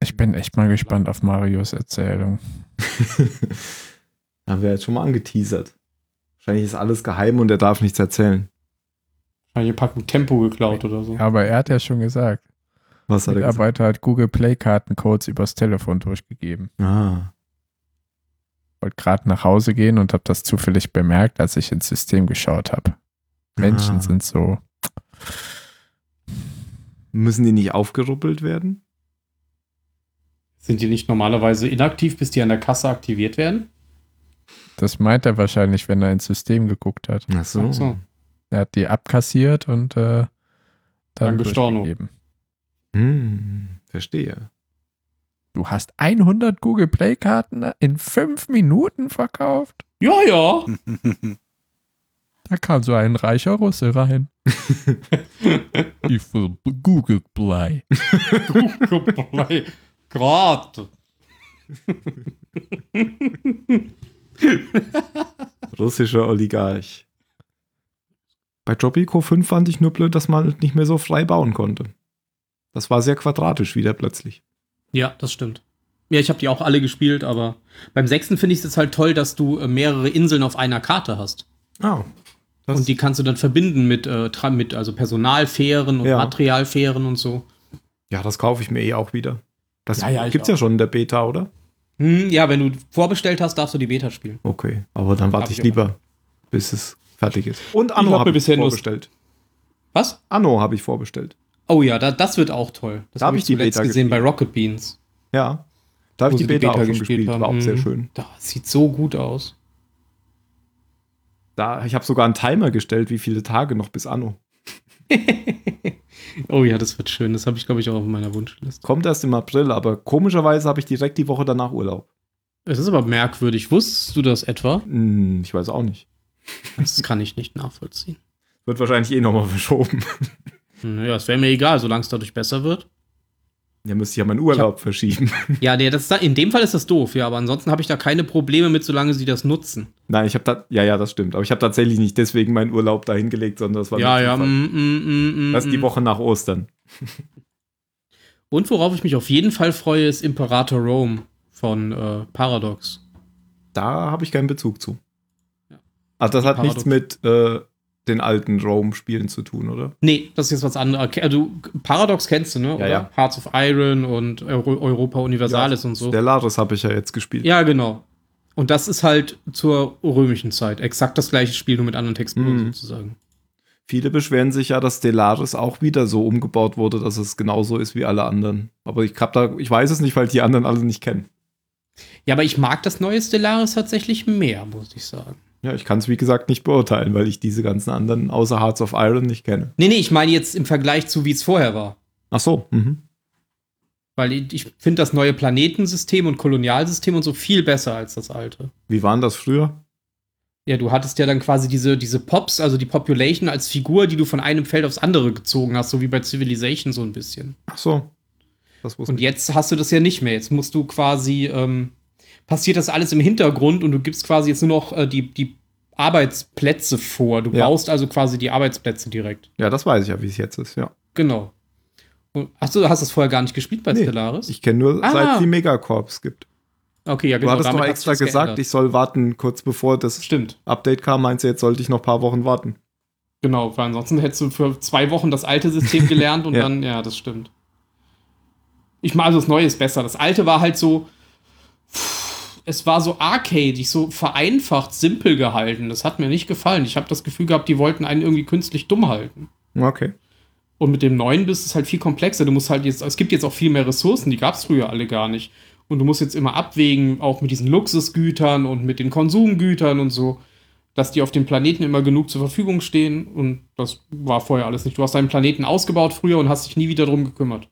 C: Ich bin echt mal gespannt auf Marios Erzählung.
H: Haben wir jetzt schon mal angeteasert. Wahrscheinlich ist alles geheim und er darf nichts erzählen.
A: Eine Packung Tempo geklaut oder so.
C: Aber er hat ja schon gesagt,
H: Was hat er gesagt?
C: Mitarbeiter hat Google Play Kartencodes übers Telefon durchgegeben.
H: Ah.
C: Wollte gerade nach Hause gehen und habe das zufällig bemerkt, als ich ins System geschaut habe. Menschen
H: Ah.
C: sind so.
H: Müssen die nicht aufgeruppelt werden?
A: Sind die nicht normalerweise inaktiv, bis die an der Kasse aktiviert werden?
C: Das meint er wahrscheinlich, wenn er ins System geguckt hat.
H: Ach
A: Ach so.
C: Er hat die abkassiert und äh,
A: Dann
C: dann
A: gestorben.
C: durchgegeben.
H: Hm, verstehe.
C: Du hast 100 Google Play Karten in fünf Minuten verkauft.
A: Ja, (laughs) ja.
C: Da kam so ein reicher
A: (laughs)
C: Russe rein. Ich will Google Play.
A: Gerade.
H: Russischer Oligarch. Bei Tropico 5 fand ich nur blöd, dass man nicht mehr so frei bauen konnte. Das war sehr quadratisch wieder plötzlich.
A: (laughs) Ja, das stimmt. Ja, ich habe die auch alle gespielt, aber beim sechsten finde ich es jetzt halt toll, dass du äh, mehrere Inseln auf einer Karte hast.
H: Ah. Das,
A: Und die kannst du dann verbinden mit, äh, Tra- mit also Personalfähren und
H: Ja.
A: Materialfähren und so.
H: ja, das kaufe ich mir eh auch wieder. Das
A: Ja, ja, ich
H: gibt's
A: auch.
H: ja schon in der Beta, oder?
A: Hm, ja, wenn du vorbestellt hast, darfst du die Beta spielen.
H: Okay, aber dann warte
A: Hab
H: ich
A: ich
H: lieber, bis es fertig ist. Und
A: Ich
H: Anno
A: hab
H: habe
A: mir
H: ich
A: bisher nur-
H: vorbestellt.
A: Was?
H: Anno habe ich vorbestellt.
A: Oh ja, da, das wird auch toll. Das
H: Da hab
A: habe
H: ich
A: ich
H: die
A: zuletzt
H: Beta
A: gesehen bei Rocket Beans.
H: Ja. Da habe ich
A: wo
H: die
A: sie
H: Beta, auch schon gespielt, war auch sehr
A: Mhm.
H: schön.
A: Da, sieht so gut aus.
H: Da, ich habe sogar einen Timer gestellt, wie viele Tage noch bis Anno.
A: Oh ja, das wird schön. Das habe ich, glaube ich, auch auf meiner Wunschliste.
H: Kommt erst im April, aber komischerweise habe ich direkt die Woche danach Urlaub.
A: Es ist aber merkwürdig. Wusstest du das etwa?
H: Hm, ich weiß auch nicht.
A: Das kann ich nicht nachvollziehen.
H: Wird wahrscheinlich eh nochmal (laughs) verschoben.
A: Hm, Ja, es wäre mir egal, solange es dadurch besser
H: (laughs)
A: wird.
H: Ja, müsste ich ja meinen Urlaub verschieben.
A: Ja, nee, das ist da, in dem Fall ist das doof, ja, aber ansonsten habe ich da keine Probleme mit, solange sie das nutzen.
H: Nein, ich habe da, ja, ja, das stimmt. Aber ich habe tatsächlich nicht deswegen meinen Urlaub dahin gelegt, sondern das war
A: Ja,
H: nur
A: ja.
H: Zufall.
A: Mm, mm, mm, mm,
H: Das ist die
A: mm.
H: Woche nach Ostern.
A: Und worauf ich mich auf jeden Fall freue, ist Imperator Rome von äh, Paradox.
H: Da habe ich keinen Bezug zu. Also das hat
A: Paradox.
H: nichts mit äh, den alten Rome-Spielen zu tun, oder?
A: Nee, das ist jetzt was anderes. Ke- Du, Paradox kennst du, ne? oder?
H: ja.
A: Hearts of Iron und Euro Europa Universalis und so.
H: Stellaris habe ich ja jetzt gespielt.
A: Ja, genau. Und das ist halt zur römischen Zeit. Exakt das gleiche Spiel, nur mit anderen Texturen
H: Mhm.
A: sozusagen.
H: Viele beschweren sich ja, dass Stellaris auch wieder so umgebaut wurde, dass es genauso ist wie alle anderen. Aber ich, hab da, ich weiß es nicht, weil ich die anderen alle nicht kenne.
A: Ja, aber ich mag das neue Stellaris tatsächlich mehr, muss ich sagen.
H: Ja, ich kann es wie gesagt nicht beurteilen, weil ich diese ganzen anderen außer Hearts of Iron nicht kenne.
A: Nee, nee, ich meine jetzt im Vergleich zu, wie es vorher war.
H: Ach so. Mhm.
A: Weil ich, ich finde das neue Planetensystem und Kolonialsystem und so viel besser als das alte.
H: Wie waren das früher?
A: Ja, du hattest ja dann quasi diese, diese Pops, also die Population als Figur, die du von einem Feld aufs andere gezogen hast, so wie bei Civilization so ein bisschen.
H: Ach so. Das wusste
A: Und jetzt hast du das ja nicht mehr. Jetzt musst du quasi, ähm, passiert das alles im Hintergrund und du gibst quasi jetzt nur noch äh, die, die Arbeitsplätze vor. Du
H: Ja.
A: baust also quasi die Arbeitsplätze direkt.
H: Ja, das weiß ich ja, wie es jetzt ist, ja.
A: Genau. Und, achso, du hast das vorher gar nicht gespielt bei
H: Nee,
A: Stellaris?
H: Ich kenne nur,
A: Ah.
H: seit es die Megacorps gibt.
A: okay, ja, genau,
H: Du hattest noch
A: damit
H: extra
A: hast du das
H: gesagt,
A: geändert.
H: ich soll warten, kurz bevor das
A: Stimmt.
H: Update kam, meinst du, jetzt sollte ich noch ein paar Wochen warten.
A: Genau, weil ansonsten hättest du für zwei Wochen das alte System gelernt und
H: Ja.
A: dann, ja, das stimmt. Ich meine, also das Neue ist besser. Das alte war halt so. Es war so arcade, so vereinfacht, simpel gehalten. Das hat mir nicht gefallen. Ich habe das Gefühl gehabt, die wollten einen irgendwie künstlich dumm halten.
H: Okay.
A: Und mit dem neuen bist es halt viel komplexer. Du musst halt jetzt, es gibt jetzt auch viel mehr Ressourcen, die gab es früher alle gar nicht. Und du musst jetzt immer abwägen, auch mit diesen Luxusgütern und mit den Konsumgütern und so, dass die auf dem Planeten immer genug zur Verfügung stehen. Und das war vorher alles nicht. Du hast deinen Planeten ausgebaut früher und hast dich nie wieder drum gekümmert.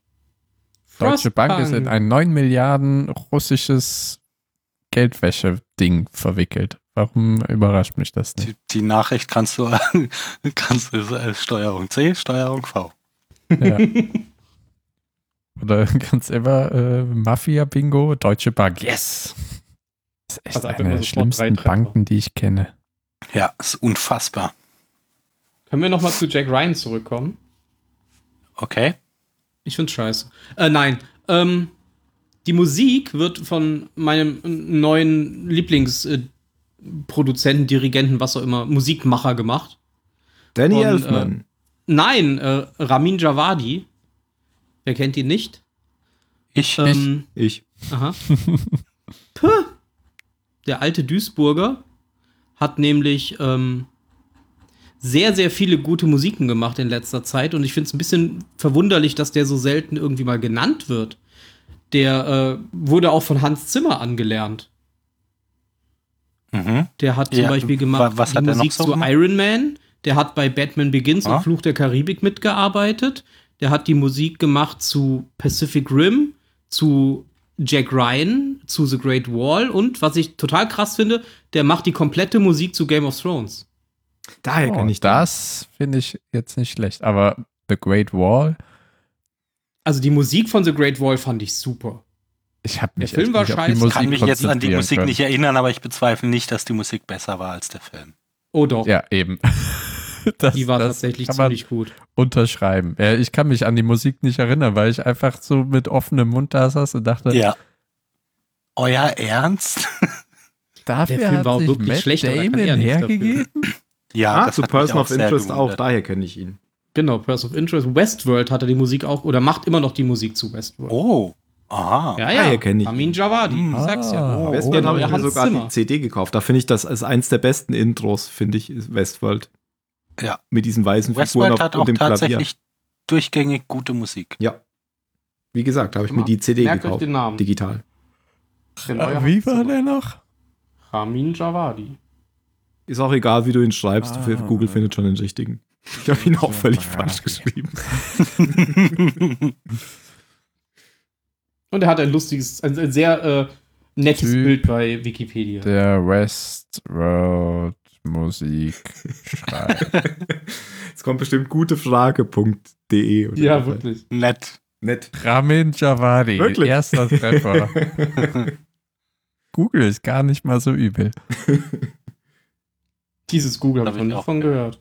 C: Deutsche Bank ist in ein 9 Milliarden russisches Geldwäsche-Ding verwickelt. Warum überrascht mich das nicht?
F: Die, die Nachricht kannst du, (laughs) kannst du äh, Steuerung C, Steuerung V.
C: Ja. Oder ganz immer äh, Mafia-Bingo, Deutsche Bank. Yes! Das ist echt
A: Also einfach
C: eine
A: nur
C: der
A: sofort drei
C: schlimmsten
A: Treffer.
C: Banken, die ich kenne.
F: Ja, ist unfassbar.
A: Können wir nochmal zu Jack Ryan zurückkommen?
F: Okay.
A: Ich find's scheiße. Äh, nein. Ähm, die Musik wird von meinem neuen Lieblingsproduzenten, Dirigenten, was auch immer, Musikmacher gemacht.
H: Danny
A: Und,
H: Elfman.
A: Nein, äh, Ramin Javadi. Wer kennt ihn nicht?
F: Ich,
A: Ähm,
H: ich.
A: Aha. (laughs) Puh. Der alte Duisburger hat nämlich ähm, sehr, sehr viele gute Musiken gemacht in letzter Zeit und ich finde es ein bisschen verwunderlich, dass der so selten irgendwie mal genannt wird. Der äh, wurde auch von Hans Zimmer angelernt.
F: mhm.
A: Der hat zum
F: Ja,
A: Beispiel gemacht
F: wa- was
A: die
F: hat er noch
A: Musik
F: so
A: zu
F: gemacht?
A: Iron Man. Der hat bei Batman Begins
F: Ah.
A: und Fluch der Karibik mitgearbeitet. Der hat die Musik gemacht zu Pacific Rim, zu Jack Ryan, zu The Great Wall und was ich total krass finde, der macht die komplette Musik zu Game of Thrones.
H: Daher
C: Oh,
H: kann ich
C: das finde ich jetzt nicht schlecht. Aber The Great Wall,
A: Also die Musik von The Great Wall fand ich super.
C: ich habe mich
A: Film
C: echt
A: war
C: nicht auf
A: scheiße.
C: die
A: Ich
C: Musik
F: kann mich jetzt an die
C: konzentrieren
F: Musik
C: können.
F: nicht erinnern, aber ich bezweifle nicht, dass die Musik besser war als der Film.
A: Oh doch,
C: Ja, eben. (laughs) Das,
A: die war
C: das
A: tatsächlich
C: kann man
A: ziemlich gut.
C: unterschreiben. Ja, ich kann mich an die Musik nicht erinnern, weil ich einfach so mit offenem Mund da saß und
H: Äh.
C: dachte,
F: Ja. Euer Ernst?
C: dafür
A: Der Film
C: hat
A: war auch
C: sich
A: wirklich
C: Matt
A: schlecht, aber da kann
C: Damon
A: er nichts dafür.
C: hergegeben?
F: Ja,
H: Ah, zu
F: hat mich
H: Person
F: auch
H: of
F: sehr
H: Interest auch,
F: gewundert.
H: daher kenne ich ihn.
A: Genau, Person of Interest. Westworld hatte die Musik auch oder macht immer noch die Musik zu Westworld.
F: Oh, aha.
A: Ja,
H: Ah, ja, kenn ich.
A: Amin Javadi, ich sag's ja.
F: Oh,
C: Ah,
H: Westworld
A: genau,
H: habe ich
A: ja,
H: mir
A: Hans
H: sogar
A: Zimmer.
H: die CD gekauft. Da finde ich das als eins der besten Intros, finde ich, ist Westworld.
F: Ja.
H: Mit diesen weißen Figuren
F: Westworld
H: auf,
F: hat
H: und
F: auch
H: dem Klavier.
F: tatsächlich durchgängig gute
H: (laughs)
F: Musik. (laughs)
H: Ja. Wie gesagt, habe ich mir die CD
A: Merkt euch
H: gekauft.
A: den Namen.
H: Digital. Genau,
C: Ah, Wie war der noch?
A: Ramin Javadi.
H: Ist auch egal, wie du ihn schreibst.
C: Ah.
H: Für Google findet schon den richtigen. Ich habe ihn auch völlig falsch geschrieben.
A: Und er hat ein lustiges, ein, ein sehr äh, nettes
C: Typ.
A: Bild bei Wikipedia.
C: Der Westworld Musik schreibt. (laughs)
H: (laughs) Jetzt kommt bestimmt gutefrage.de. E oder
A: ja,
H: so.
A: wirklich.
F: Nett.
H: Nett.
C: Ramin Javadi,
H: Wirklich? (laughs)
C: erster Treffer. Google ist gar nicht mal so übel.
A: Dieses Google
F: Hab
A: habe ich
F: ich
A: noch nicht
F: auch
A: von gehört.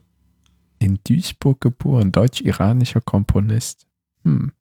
C: In Duisburg geboren, deutsch-iranischer Komponist. Hm.